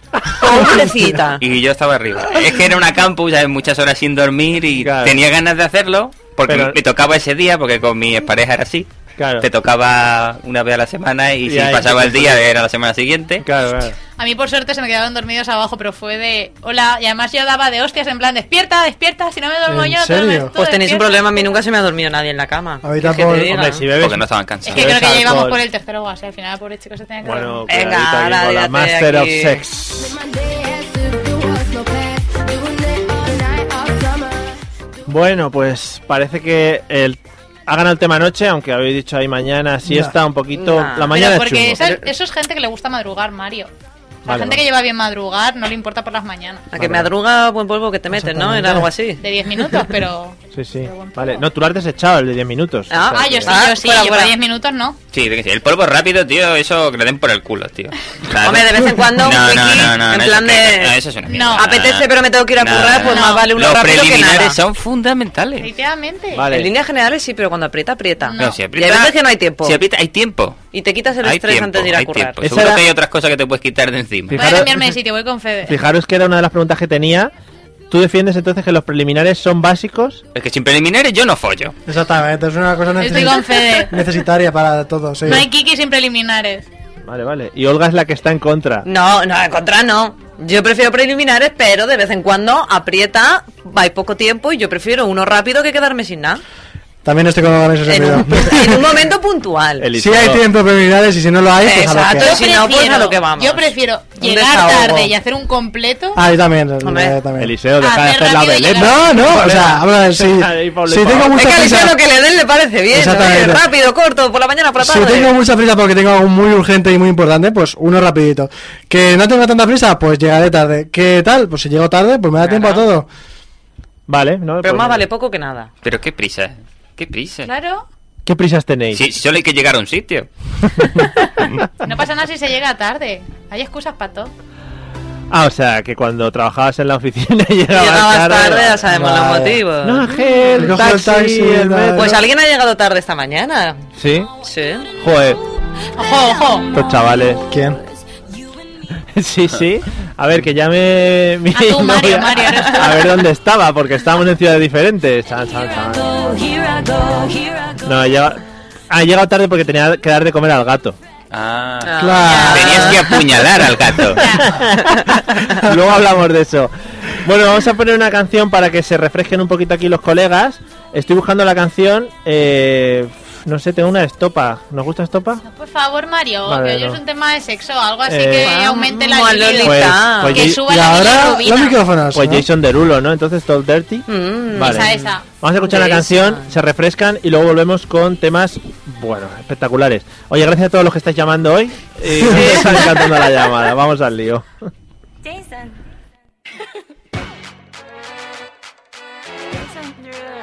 Speaker 3: Pobrecita.
Speaker 5: Y yo estaba arriba. Es que era una campus, ¿sabes? Muchas horas sin dormir y
Speaker 1: Claro.
Speaker 5: tenía ganas de hacerlo. Porque
Speaker 1: Pero-
Speaker 5: me tocaba ese día, porque con mi pareja era así.
Speaker 1: claro.
Speaker 5: Te tocaba una vez a la semana y,
Speaker 1: Y
Speaker 5: si
Speaker 1: ahí-
Speaker 5: pasaba el día era la semana siguiente.
Speaker 1: Claro, claro.
Speaker 2: A mí por suerte se me quedaron dormidos abajo, pero fue de hola, y además yo daba de hostias en plan, despierta, despierta, si no me duermo
Speaker 4: ¿En
Speaker 2: yo,
Speaker 4: serio?
Speaker 2: duermes tú,
Speaker 3: Pues tenéis un
Speaker 2: despierta".
Speaker 3: problema, a mí nunca se me ha dormido nadie en la cama.
Speaker 4: A mí
Speaker 3: ¿Qué es que
Speaker 4: tampoco.
Speaker 3: te diga?
Speaker 1: Hombre, si bebes.
Speaker 5: Porque no estaban
Speaker 2: Es
Speaker 5: cansados.
Speaker 2: que creo que
Speaker 1: Bebes
Speaker 2: ya íbamos
Speaker 1: alcohol.
Speaker 2: por el tercer o así, al final, pobres chicos, se tenían que
Speaker 1: Bueno,
Speaker 2: dormir.
Speaker 3: Venga,
Speaker 1: cuidadito aquí con la
Speaker 3: ahora
Speaker 1: Master of
Speaker 3: aquí.
Speaker 1: Sex. Bueno, pues parece que el... ha ganado el tema noche, aunque habéis dicho ahí mañana siesta,
Speaker 4: Nah.
Speaker 1: un poquito.
Speaker 3: Nah.
Speaker 1: La
Speaker 2: Pero
Speaker 1: mañana es
Speaker 2: porque
Speaker 1: chungo.
Speaker 2: esa- eso es gente que le gusta madrugar, Mario. La
Speaker 1: Vale,
Speaker 2: gente
Speaker 1: vale.
Speaker 2: que lleva bien madrugar no le importa por las mañanas.
Speaker 3: A que me madruga buen polvo que te metes, ¿no? Era algo así.
Speaker 2: De 10 minutos, pero...
Speaker 1: Sí, sí.
Speaker 2: Pero bueno,
Speaker 1: Vale,
Speaker 2: todo.
Speaker 1: no, tú lo has desechado el de 10 minutos.
Speaker 3: Ah,
Speaker 2: Ah, yo sí,
Speaker 3: Ah,
Speaker 2: yo sí,
Speaker 3: fuera,
Speaker 2: yo
Speaker 3: fuera.
Speaker 2: para 10 minutos no.
Speaker 5: Sí, que sí, el polvo rápido, tío, eso que le den por el culo, tío. Claro.
Speaker 3: Hombre, de vez en cuando un
Speaker 5: No, no,
Speaker 3: wiki,
Speaker 5: no, no,
Speaker 3: en
Speaker 5: no,
Speaker 3: plan
Speaker 5: eso es
Speaker 3: de-
Speaker 5: que- no, eso es una mierda.
Speaker 2: No.
Speaker 5: No, no,
Speaker 3: Apetece,
Speaker 5: no.
Speaker 3: pero me tengo que ir a
Speaker 5: No,
Speaker 3: currar,
Speaker 5: no,
Speaker 3: pues
Speaker 2: no.
Speaker 3: más vale uno
Speaker 5: Los
Speaker 3: rápido que nada.
Speaker 5: preliminares son fundamentales.
Speaker 2: Efectivamente.
Speaker 1: Vale.
Speaker 3: En líneas generales sí, pero cuando aprieta, aprieta.
Speaker 2: No.
Speaker 5: No, si aprieta-
Speaker 3: Y hay veces que no hay tiempo.
Speaker 5: Si aprieta, hay tiempo.
Speaker 3: Y te quitas el
Speaker 5: hay
Speaker 3: estrés
Speaker 5: tiempo,
Speaker 3: antes de ir a
Speaker 5: hay
Speaker 3: currar.
Speaker 5: tiempo.
Speaker 1: Esa
Speaker 5: Seguro
Speaker 1: era-
Speaker 5: que hay otras cosas que te puedes quitar de encima.
Speaker 2: Voy a
Speaker 1: Fijaros-
Speaker 2: cambiarme de sitio, voy con Fede.
Speaker 1: Fijaros que era una de las preguntas que tenía. Tú defiendes entonces que los preliminares son básicos.
Speaker 5: Es que sin preliminares yo no follo.
Speaker 4: Exactamente, es una cosa
Speaker 2: Estoy
Speaker 4: necesi-
Speaker 2: con Fede.
Speaker 4: necesitaria para todos. sí.
Speaker 2: No hay Kiki sin preliminares.
Speaker 1: Vale, vale. Y Olga es la que está en contra.
Speaker 3: No, no, en contra no. Yo prefiero preliminares, pero de vez en cuando aprieta, hay poco tiempo y yo prefiero uno rápido que quedarme sin nada.
Speaker 4: También estoy con Olga en ese
Speaker 3: En
Speaker 4: sentido.
Speaker 3: un,
Speaker 4: [LAUGHS]
Speaker 3: [LAUGHS] en un momento puntual.
Speaker 1: El-
Speaker 4: Si hay tiempo preliminares y si no lo hay, pues a lo
Speaker 3: Exacto.
Speaker 4: que
Speaker 3: Pero si no, pues a lo que vamos.
Speaker 2: Yo prefiero
Speaker 3: Un
Speaker 2: llegar
Speaker 3: desahogo.
Speaker 2: tarde y hacer un completo.
Speaker 4: Ah, yo también.
Speaker 3: Hombre.
Speaker 4: yo también.
Speaker 3: Ah,
Speaker 1: Eliseo, deja
Speaker 2: Hacer
Speaker 1: de hacer la
Speaker 2: rápido y
Speaker 1: Belén.
Speaker 2: llegar.
Speaker 4: No, no, o sea, vamos a ver, si,
Speaker 1: Ahí, Pablo y
Speaker 4: si
Speaker 1: Pablo.
Speaker 4: tengo
Speaker 3: Es
Speaker 4: mucha
Speaker 3: que al
Speaker 4: prisa...
Speaker 3: Liceo lo que le den le parece bien. ¿no?
Speaker 4: Exactamente.
Speaker 3: Oye, Rápido, corto, por la mañana, por la
Speaker 4: Si
Speaker 3: tarde.
Speaker 4: tengo mucha prisa porque tengo algo muy urgente y muy importante, pues uno rapidito. Que no tengo tanta prisa, pues llegaré tarde. ¿Qué tal? Pues si llego tarde, pues me da
Speaker 3: Claro.
Speaker 4: tiempo a todo.
Speaker 1: Vale, no.
Speaker 3: Pero
Speaker 1: pues-
Speaker 3: más vale poco que nada.
Speaker 5: Pero qué prisa, qué prisa.
Speaker 2: Claro.
Speaker 1: ¿Qué prisas tenéis?
Speaker 5: Si, si solo hay que llegar a un sitio.
Speaker 2: No pasa nada si se llega tarde. Hay excusas para todo.
Speaker 1: Ah, o sea, que cuando trabajabas en la oficina [LAUGHS] llegabas,
Speaker 3: Llegabas tarde, ya sabemos
Speaker 4: Vale.
Speaker 3: los motivos.
Speaker 1: No, Ángel,
Speaker 4: Cojo el
Speaker 1: taxi,
Speaker 4: taxi,
Speaker 1: el
Speaker 4: la-
Speaker 1: metro.
Speaker 3: Pues alguien ha llegado tarde esta mañana.
Speaker 1: Sí,
Speaker 3: Sí.
Speaker 1: joder,
Speaker 2: Ojo, ojo.
Speaker 1: estos chavales.
Speaker 4: ¿Quién?
Speaker 1: [LAUGHS] Sí, sí. A ver, que llame mi
Speaker 2: Ah, tú, Mario,
Speaker 1: novia.
Speaker 2: Mario, eres tú.
Speaker 1: A ver dónde estaba, porque estábamos en ciudades diferentes. Chan, chan, chan. No, llega... Ah, he llegado tarde porque tenía que dar de comer al gato. [LAUGHS]
Speaker 5: Ah.
Speaker 4: Claro.
Speaker 5: Tenías que apuñalar
Speaker 3: [LAUGHS]
Speaker 5: al gato.
Speaker 1: Luego hablamos de eso. Bueno, vamos a poner una canción para que se refresquen un poquito aquí los colegas. Estoy buscando la canción. eh, No sé, tengo una estopa. ¿Nos gusta estopa?
Speaker 2: Por favor, Mario,
Speaker 1: Vale,
Speaker 2: que hoy
Speaker 1: no.
Speaker 2: es un tema de sexo, algo así
Speaker 1: Eh,
Speaker 2: que
Speaker 1: Vamos,
Speaker 2: aumente la
Speaker 3: a
Speaker 2: libido.
Speaker 3: Lolita.
Speaker 1: Pues-
Speaker 2: que
Speaker 1: pues-
Speaker 2: suba
Speaker 4: Y
Speaker 2: la
Speaker 4: ahora los
Speaker 2: bilirrubina.
Speaker 4: micrófonos.
Speaker 1: Pues
Speaker 4: ¿no?
Speaker 1: Jason Derulo, ¿no? Entonces Todd Dirty.
Speaker 3: Mm.
Speaker 1: Vale.
Speaker 2: Esa, esa.
Speaker 1: Vamos a escuchar la
Speaker 3: Jason.
Speaker 1: canción, se refrescan y luego volvemos con temas, bueno, espectaculares. Oye, gracias a todos los que estáis llamando hoy. Y [LAUGHS] nos está encantando la llamada. Vamos al lío.
Speaker 7: Jason. Jason Derulo.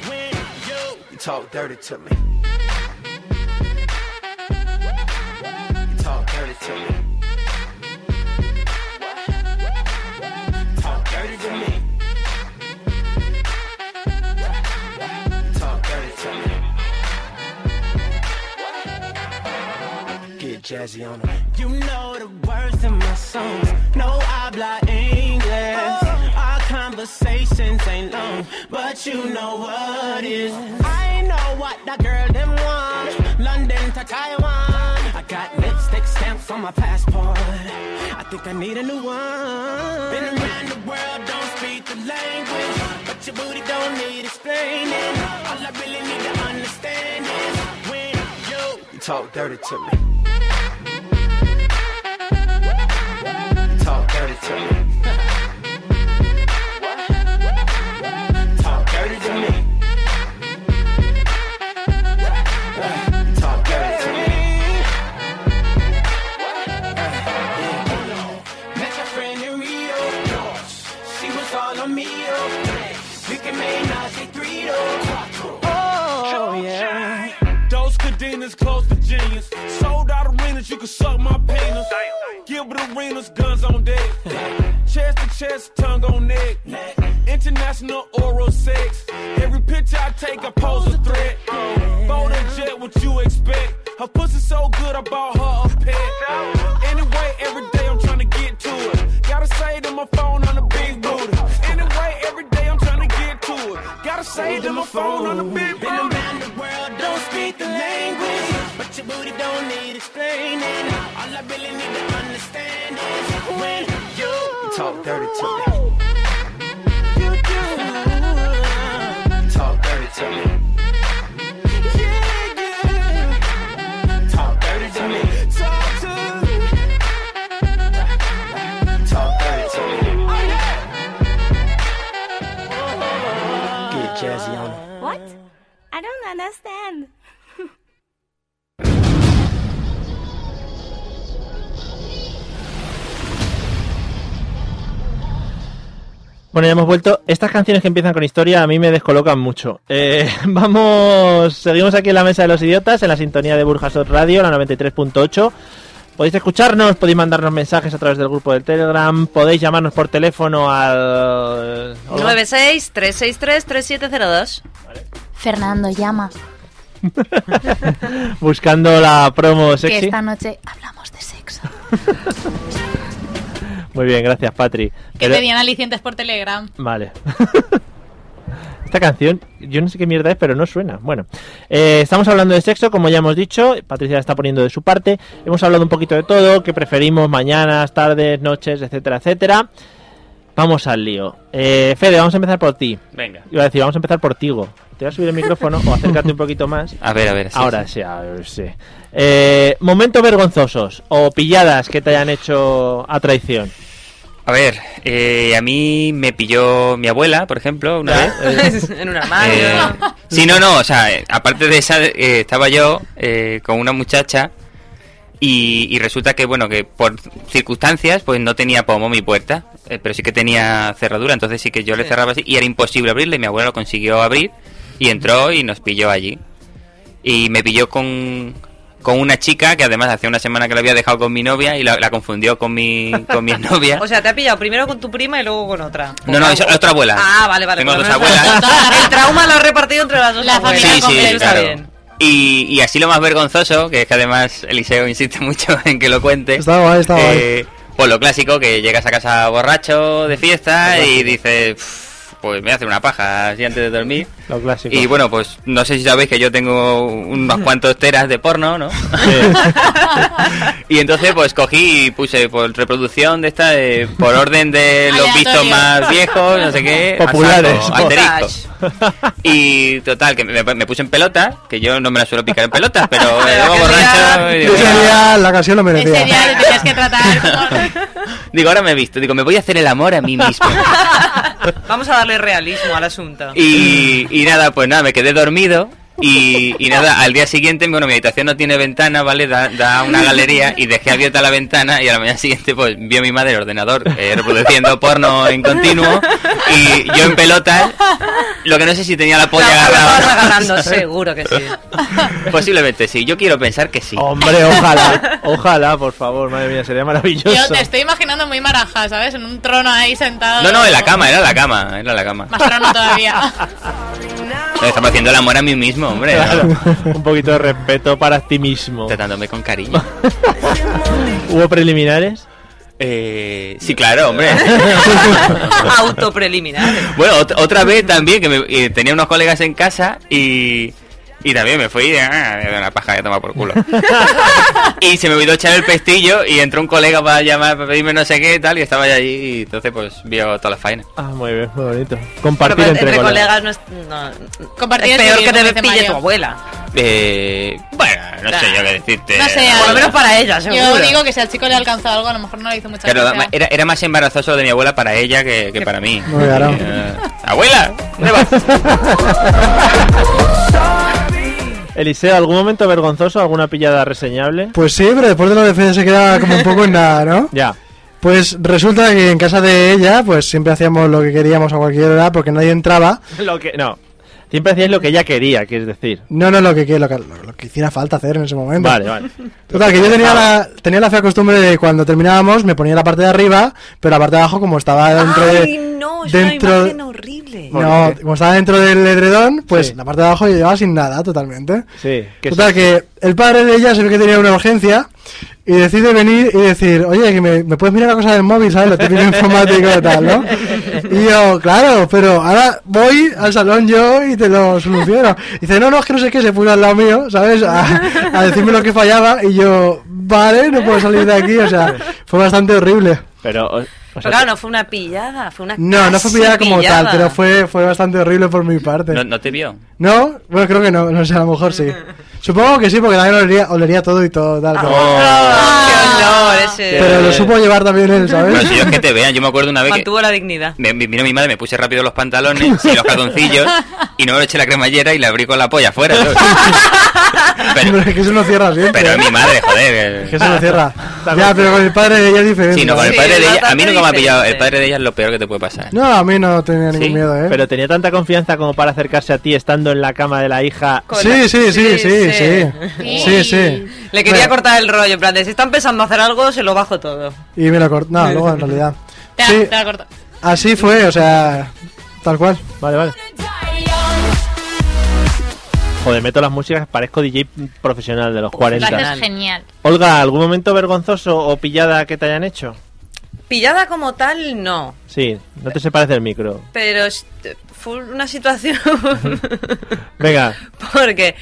Speaker 6: when you, you talk dirty to me. Talk dirty to me. Talk dirty to me. Talk dirty to me. Get jazzy on 'em. You know the words in my songs. No habla English. Our conversations ain't long, but you know what is. I know what that girl them want. London to Taiwan. I got lipstick stamps on my passport. I think I need a new one. Been around the world, don't speak the language, but your booty don't need explaining. All I really need to understand is when you, you talk dirty to me. Talk dirty to me. Talk dirty to me. Talk dirty to me. Met a friend in Rio. She was all on me. oh. We can make Nazi three to Oh, yeah.
Speaker 8: Those cadenas close to genius. Sold out arenas, you can suck my penis. Gilbert arenas, guns on deck. chest to chest, tongue on neck. International oral sex. Every picture I take, I pose a threat. Bone and jet, what you expect? Her pussy so good, I bought her a pet. Anyway, every day I'm trying to get to it. Gotta save to my phone on the big booty. Anyway, every day I'm trying to get to it. Gotta save to my phone on the big
Speaker 6: Been
Speaker 8: booty.
Speaker 6: around the world, don't speak the language. But your booty don't need explaining. All I really need to understand is when you talk dirty to me. You do. Talk dirty to me. Yeah, yeah. Talk dirty to me. Talk to Talk dirty to me. Get jazzy on it.
Speaker 7: What? I don't understand.
Speaker 1: Bueno, ya hemos vuelto. Estas canciones que empiezan con historia a mí me descolocan mucho. Eh, [LAUGHS] vamos, seguimos aquí en la Mesa de los Idiotas, en la sintonía de Burjasot Radio, la 93.8. Podéis escucharnos, podéis mandarnos mensajes a través del grupo del Telegram, podéis llamarnos por teléfono al...
Speaker 3: 96-363-3702.
Speaker 9: Fernando llama,
Speaker 1: Buscando la promo
Speaker 9: que
Speaker 1: sexy.
Speaker 9: esta noche hablamos de sexo.
Speaker 1: Muy bien, gracias, Patri.
Speaker 2: Que
Speaker 1: Pero-
Speaker 2: pedían alicientes por Telegram.
Speaker 1: Vale. [LAUGHS] Esta canción, yo no sé qué mierda es, pero no suena. Bueno, eh, estamos hablando de sexo, como ya hemos dicho, Patricia la está poniendo de su parte. Hemos hablado un poquito de todo, que preferimos mañanas, tardes, noches, etcétera, etcétera. Vamos al lío. Eh, Fede, vamos a empezar por ti.
Speaker 5: Venga.
Speaker 1: Iba a decir, vamos a empezar por Tigo. Te voy a subir el micrófono o acércate un poquito más.
Speaker 5: A ver, a ver. [LAUGHS] sí,
Speaker 1: Ahora
Speaker 5: sí.
Speaker 1: sí, a ver, sí. Eh, momentos vergonzosos o pilladas que te hayan hecho a traición.
Speaker 5: A ver, eh, a mí me pilló mi abuela, por ejemplo, una vez.
Speaker 3: [LAUGHS] en un armario.
Speaker 5: Eh, sí, no, no, o sea, eh, aparte de esa, eh, estaba yo eh, con una muchacha y, y resulta que, bueno, que por circunstancias, pues no tenía pomo mi puerta, eh, pero sí que tenía cerradura, entonces sí que yo le
Speaker 3: Sí.
Speaker 5: cerraba así y era imposible abrirle, y mi abuela lo consiguió abrir y entró y nos pilló allí. Y me pilló con... con una chica que además hacía una semana que la había dejado con mi novia y la, la confundió con mi,
Speaker 3: [LAUGHS]
Speaker 5: con mi novia.
Speaker 3: O sea, te ha pillado primero con tu prima y luego con otra.
Speaker 5: No, no, es otra abuela.
Speaker 3: Ah, vale, vale.
Speaker 5: Tengo
Speaker 3: por lo
Speaker 5: dos
Speaker 3: menos- [LAUGHS]
Speaker 5: abuelas.
Speaker 3: El trauma lo ha repartido entre las dos
Speaker 2: La
Speaker 3: abuelas.
Speaker 2: familia
Speaker 5: Sí, sí,
Speaker 3: Eso está
Speaker 5: claro.
Speaker 3: bien.
Speaker 5: Y, y así lo más vergonzoso, que es que además Eliseo insiste [LAUGHS] mucho en que lo cuente.
Speaker 4: Está guay, está guay.
Speaker 5: eh, pues lo clásico, que llegas a casa borracho de fiesta y dices, "Uf, pues me voy a hacer una paja así antes de dormir.
Speaker 1: Lo clásico.
Speaker 5: Y bueno, pues no sé si sabéis que yo tengo unos cuantos teras de porno, ¿no? [LAUGHS] y entonces pues cogí y puse por reproducción de esta, eh, por orden de los
Speaker 2: Aleatorio.
Speaker 5: vistos más viejos, no
Speaker 4: [LAUGHS]
Speaker 5: sé qué. a saco,
Speaker 1: Populares.
Speaker 5: asterisco. Y total, que me, me puse en pelotas, que yo no me la suelo picar en pelotas, pero me
Speaker 3: Pero
Speaker 5: debo
Speaker 3: que
Speaker 5: borracho.
Speaker 3: sea-
Speaker 5: y digo,
Speaker 4: Ese día la canción lo merecía.
Speaker 2: Ese día te tenías que tratar con...
Speaker 5: digo, ahora me he visto, digo, me voy a hacer el amor a mí mismo.
Speaker 3: Vamos a darle realismo al asunto.
Speaker 5: Y, y nada, pues nada, me quedé dormido. Y, y nada, al día siguiente, bueno, mi habitación no tiene ventana, ¿vale? Da, da a una galería y dejé abierta la ventana y a la mañana siguiente, pues, vi a mi madre el ordenador eh, reproduciendo porno en continuo y yo en pelotas, lo que no sé si tenía la polla
Speaker 3: La- la estabas
Speaker 5: agarrada. o no.
Speaker 3: agarrando, seguro que sí.
Speaker 5: [LAUGHS] Posiblemente sí, yo quiero pensar que sí.
Speaker 1: Hombre, ojalá, ojalá, por favor, madre mía, sería maravilloso.
Speaker 2: Yo te estoy imaginando muy maraja, ¿sabes? En un trono ahí sentado.
Speaker 5: No, no, en la cama, eh. era la cama, era la cama.
Speaker 2: Más
Speaker 5: [LAUGHS]
Speaker 2: trono todavía.
Speaker 5: Me estaba haciendo el amor a mí mismo, hombre. ¿no?
Speaker 1: Claro, un poquito de respeto para ti mismo.
Speaker 5: Tratándome con cariño.
Speaker 1: [LAUGHS] ¿Hubo preliminares?
Speaker 5: Eh, sí, claro, hombre.
Speaker 3: [LAUGHS] Autopreliminar.
Speaker 5: Bueno, ot- otra vez también que me- eh, tenía unos colegas en casa y, y también me fui ah, de una paja que tomar por
Speaker 2: [LAUGHS]
Speaker 5: culo. y se me olvidó echar el pestillo y entró un colega para llamar, para pedirme no sé qué y tal, y estaba yo allí y entonces pues vio todas las faena.
Speaker 1: Ah, muy bien, muy bonito.
Speaker 3: Pero
Speaker 1: Compartir
Speaker 3: entre,
Speaker 1: entre, colegas.
Speaker 3: colegas no es. no-
Speaker 2: Compartir
Speaker 3: es
Speaker 2: el
Speaker 3: peor
Speaker 2: vivir, como
Speaker 3: que te
Speaker 2: dice
Speaker 3: pille
Speaker 2: Mario.
Speaker 3: tu abuela.
Speaker 5: Eh, bueno, no sé yo qué decirte.
Speaker 2: No sé,
Speaker 3: Eh, Por lo menos para ella, seguro.
Speaker 2: Yo digo que si al chico le ha alcanzado algo, a lo mejor no le hizo mucha
Speaker 5: Claro,
Speaker 2: gracia.
Speaker 5: era, era más embarazoso de mi abuela para ella que, que para mí.
Speaker 4: Muy claro.
Speaker 5: Eh, abuela, ¿dónde vas?
Speaker 4: [LAUGHS]
Speaker 1: Eliseo, ¿algún momento vergonzoso? ¿Alguna pillada reseñable?
Speaker 4: Pues sí, pero después de la defensa se queda como un poco en nada, ¿no?
Speaker 1: Ya.
Speaker 4: Pues resulta que en casa de ella, pues siempre hacíamos lo que queríamos a cualquier hora porque nadie entraba.
Speaker 1: Lo que, no. Siempre hacías lo que ella quería, quieres decir.
Speaker 4: No, no, lo que, que- lo, que- lo que hiciera falta hacer en ese momento.
Speaker 1: Vale, vale.
Speaker 4: Total, que yo tenía la, tenía la fea costumbre de cuando terminábamos me ponía la parte de arriba, pero la parte de abajo como estaba dentro
Speaker 3: Ay,
Speaker 4: de...
Speaker 3: no, es
Speaker 4: dentro-
Speaker 3: una imagen horrible.
Speaker 4: No, como estaba dentro del edredón, pues
Speaker 1: Sí.
Speaker 4: la parte de abajo yo llevaba sin nada totalmente.
Speaker 1: Sí. Que
Speaker 4: Total,
Speaker 1: sí.
Speaker 4: que el padre de ella se ve que tenía una urgencia y decide venir y decir, oye, que me, me puedes mirar la cosa del móvil, ¿sabes? Lo típico [LAUGHS] informático y tal, ¿no? Y yo, claro, pero ahora voy al salón yo y te lo soluciono. Y dice, no, no, es que no sé qué, se puso al lado mío, ¿sabes? A, a decirme lo que fallaba y yo, vale, no puedo salir de aquí, o sea, fue bastante horrible.
Speaker 1: Pero, o- o
Speaker 3: Pero
Speaker 1: sea,
Speaker 3: claro, no fue una pillada, fue una.
Speaker 4: No, no fue
Speaker 3: casi
Speaker 4: pillada como tal,
Speaker 3: pillada.
Speaker 4: pero fue, fue bastante horrible por mi parte.
Speaker 5: No, no te vio.
Speaker 4: ¿No? Bueno, creo que no, no sé, a lo mejor sí. Supongo que sí, porque también olería, olería todo y todo, tal. pero-
Speaker 3: Ah, ¡Qué honor ese!
Speaker 4: Pero lo supo llevar también él, ¿sabes?
Speaker 5: Eh, Bueno, si yo es que te vean, yo me acuerdo una vez que
Speaker 3: Mantuvo la dignidad.
Speaker 5: me, me vino mi madre, me puse rápido los pantalones y los calzoncillos y no me lo eché la cremallera y la abrí con la polla
Speaker 4: [LAUGHS]
Speaker 5: afuera. ¿sabes?
Speaker 4: Pero
Speaker 5: Pero,
Speaker 4: es que eso no cierra siempre.
Speaker 5: pero es mi madre, joder.
Speaker 4: Es que
Speaker 5: que-
Speaker 4: eso no
Speaker 5: [LAUGHS]
Speaker 1: [LAUGHS]
Speaker 4: cierra. ya, pero con el padre de ella es diferente.
Speaker 5: Sí, no, con el
Speaker 3: Sí,
Speaker 5: padre de ella, a mí
Speaker 3: bastante
Speaker 5: nunca me ha pillado. El
Speaker 3: diferente.
Speaker 5: padre de ella es lo peor que te puede pasar.
Speaker 4: No, a mí no tenía ningún
Speaker 5: Sí,
Speaker 4: miedo, ¿eh?
Speaker 1: pero tenía tanta confianza como para acercarse a ti estando en la cama de la hija.
Speaker 3: Con la-
Speaker 4: Sí, sí, sí, sí, sí. Sí,
Speaker 2: Sí.
Speaker 4: sí.
Speaker 3: Le quería
Speaker 4: Bueno,
Speaker 3: cortar el rollo, en plan, de, si están pensando hacer algo, se lo bajo todo.
Speaker 4: Y me lo cortó. No, luego en realidad.
Speaker 2: Te, la-
Speaker 4: Sí,
Speaker 2: te la corto.
Speaker 4: así fue, o sea, tal cual.
Speaker 1: Vale, vale. Joder, meto las músicas, parezco DJ profesional de los
Speaker 2: Lo
Speaker 1: 40.
Speaker 2: haces genial.
Speaker 1: Olga, ¿algún momento vergonzoso o pillada que te hayan hecho?
Speaker 3: Pillada como tal, no.
Speaker 1: Sí, no te separes del micro.
Speaker 3: Pero es- fue una [LAUGHS] situación.
Speaker 1: Venga,
Speaker 3: [LAUGHS] porque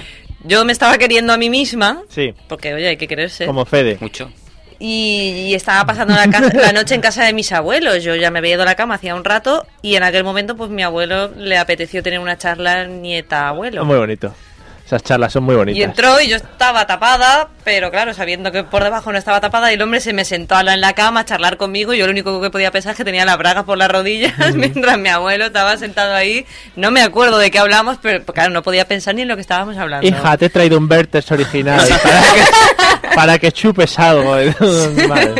Speaker 3: yo me estaba queriendo a mí misma.
Speaker 1: sí,
Speaker 3: Porque, oye, hay que quererse.
Speaker 1: como Fede.
Speaker 5: Mucho.
Speaker 3: Y, y estaba pasando la, casa- la noche en casa de mis abuelos. Yo ya me había ido a la cama hacía un rato. Y en aquel momento, pues mi abuelo le apeteció tener una charla nieta-abuelo.
Speaker 1: Muy bonito. Esas charlas son muy bonitas.
Speaker 3: Y entró y yo estaba tapada, pero claro, sabiendo que por debajo no estaba tapada, y el hombre se me sentó a la- en la cama a charlar conmigo. y Yo lo único que podía pensar es que tenía las bragas por las rodillas, [LAUGHS] mientras mi abuelo estaba sentado ahí. No me acuerdo de qué hablamos, pero pues, claro, no podía pensar ni en lo que estábamos hablando.
Speaker 1: Hija, te he traído un
Speaker 3: [LAUGHS]
Speaker 1: Vertex original
Speaker 5: [LAUGHS]
Speaker 1: para que, para que chupes algo. [LAUGHS] Vale.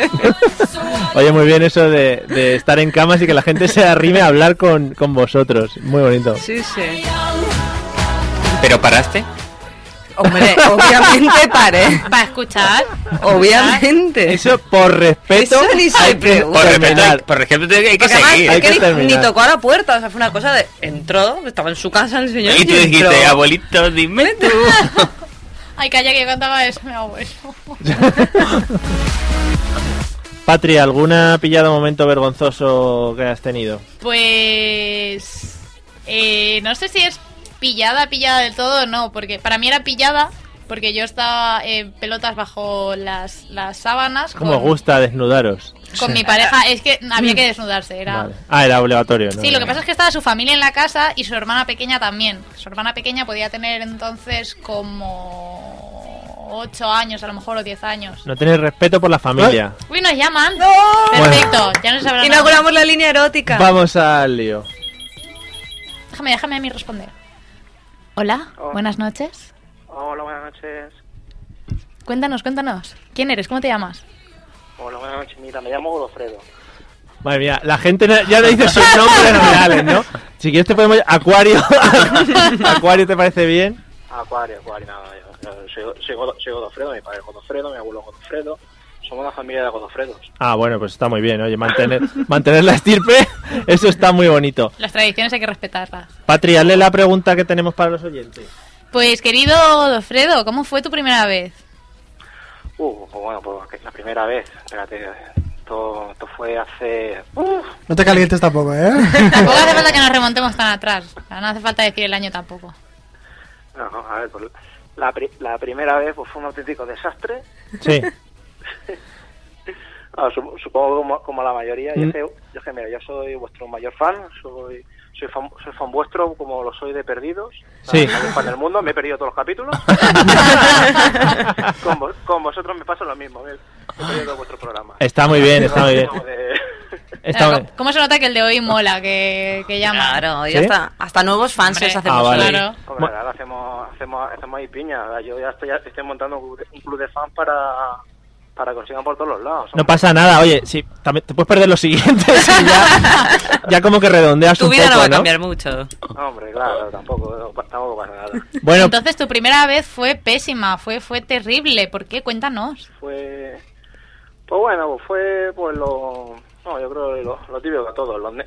Speaker 1: Oye, muy bien eso de, de estar en camas y que la gente se arrime a hablar con, con vosotros. Muy bonito.
Speaker 3: Sí, sí.
Speaker 5: ¿Pero paraste?
Speaker 3: Hombre, obviamente
Speaker 1: [LAUGHS]
Speaker 3: paré.
Speaker 2: Para escuchar.
Speaker 3: Obviamente.
Speaker 1: Eso por respeto.
Speaker 3: Eso ni se
Speaker 1: hay que
Speaker 3: pregunta.
Speaker 5: Por
Speaker 1: terminar.
Speaker 5: ejemplo, por ejemplo, hay que
Speaker 3: Porque además,
Speaker 5: seguir.
Speaker 1: Hay
Speaker 3: es
Speaker 1: que
Speaker 3: que, ni, ni
Speaker 1: terminar.
Speaker 3: tocó a la puerta, o sea, fue una cosa de. Entró, estaba en su casa el señor.
Speaker 5: Y tú
Speaker 3: entró.
Speaker 1: "Ah,
Speaker 5: dijiste, abuelito, dime tú.
Speaker 2: Ay, calla que cantaba eso, mi abuelo.
Speaker 1: Patri, ¿alguna pillado momento vergonzoso que has tenido?
Speaker 2: Pues. eh, no sé si es pillada, pillada del todo o no, porque para mí era pillada, porque yo estaba en pelotas bajo las, las sábanas.
Speaker 1: ¿Cómo os
Speaker 2: con,
Speaker 1: gusta desnudaros?
Speaker 2: con mi pareja. Es que había que desnudarse, era.
Speaker 1: Ah, Vale. Ah, era obligatorio, ¿no?
Speaker 2: Sí, lo que pasa es que estaba su familia en la casa y su hermana pequeña también. Su hermana pequeña podía tener entonces como 8 años, a lo mejor, o 10 años.
Speaker 1: No tenéis respeto por la familia.
Speaker 2: Uy, nos llaman. Perfecto, ya nos habrán.
Speaker 3: Inauguramos la línea erótica.
Speaker 1: Vamos al lío.
Speaker 2: Déjame, déjame a mí responder. Oh. Hola, buenas noches.
Speaker 10: Hola, buenas noches.
Speaker 2: Cuéntanos, cuéntanos. ¿Quién eres? ¿Cómo te llamas?
Speaker 10: Hola, buenas noches. Mira, me llamo Godofredo.
Speaker 1: Madre mía, la gente no- ya le dice sus nombres reales, ¿no? Si quieres te podemos... Acuario. [LAUGHS] Acuario, ¿te parece bien?
Speaker 10: Acuario, Acuario, Ah, nada. Eh, yo- yo Soy, soy, Godo- soy Godofredo, mi padre es Godofredo, mi abuelo es Godofredo. Somos una familia de Godofredos.
Speaker 1: Ah, bueno, pues está muy bien, oye, mantener, mantener la estirpe, [LAUGHS] eso está muy bonito.
Speaker 2: Las tradiciones hay que respetarlas.
Speaker 1: Patri, hazle la pregunta que tenemos para los oyentes.
Speaker 2: Pues, querido Dofredo, ¿cómo fue tu primera vez?
Speaker 10: Uh, pues bueno, pues que la primera vez. Espérate, esto, esto fue hace... ¡Uf!
Speaker 4: No te calientes tampoco, ¿eh?
Speaker 2: Tampoco hace falta que nos remontemos tan atrás. O sea, No hace falta decir el año tampoco.
Speaker 10: No, no, a ver, pues la, pri- la primera vez pues, fue un auténtico desastre.
Speaker 1: Sí.
Speaker 10: Ah, sup- supongo como, como la mayoría.
Speaker 1: Mm.
Speaker 10: Yo, sé- yo sé, mira, yo soy vuestro mayor fan, soy soy fan, soy fan vuestro como lo soy de Perdidos. Soy
Speaker 1: Sí.
Speaker 10: fan del mundo, me he perdido todos los capítulos. con, vos- con vosotros me pasa lo mismo, me he perdido todo vuestro programa.
Speaker 1: [LAUGHS] Está muy bien, está muy bien.
Speaker 10: De-
Speaker 1: Está muy-
Speaker 2: ¿Cómo, cómo se nota que el de hoy mola, que, que llama?
Speaker 3: Claro, ya
Speaker 1: ¿Sí?
Speaker 3: está. Hasta nuevos fans
Speaker 2: Hombre,
Speaker 3: les hacemos
Speaker 1: Ah, vale.
Speaker 3: hoy.
Speaker 2: Claro.
Speaker 10: Hombre, ahora hacemos, hacemos, hacemos ahí piña. Yo ya estoy, estoy montando un club de- un club de fans para, para que os sigan por todos los lados.
Speaker 1: No
Speaker 10: hombre.
Speaker 1: pasa nada, oye, sí, también te puedes perder los siguientes y ya, ya como que redondeas
Speaker 3: Tu
Speaker 1: un
Speaker 3: vida
Speaker 1: poco,
Speaker 3: no va a
Speaker 1: ¿no?
Speaker 3: cambiar mucho.
Speaker 10: Hombre, claro, tampoco, tampoco pasa nada.
Speaker 1: Bueno,
Speaker 2: Entonces tu primera vez fue pésima, fue fue terrible. ¿Por qué? Cuéntanos.
Speaker 10: fue pues bueno pues fue pues lo no yo creo que lo, lo típico de todos los, ne-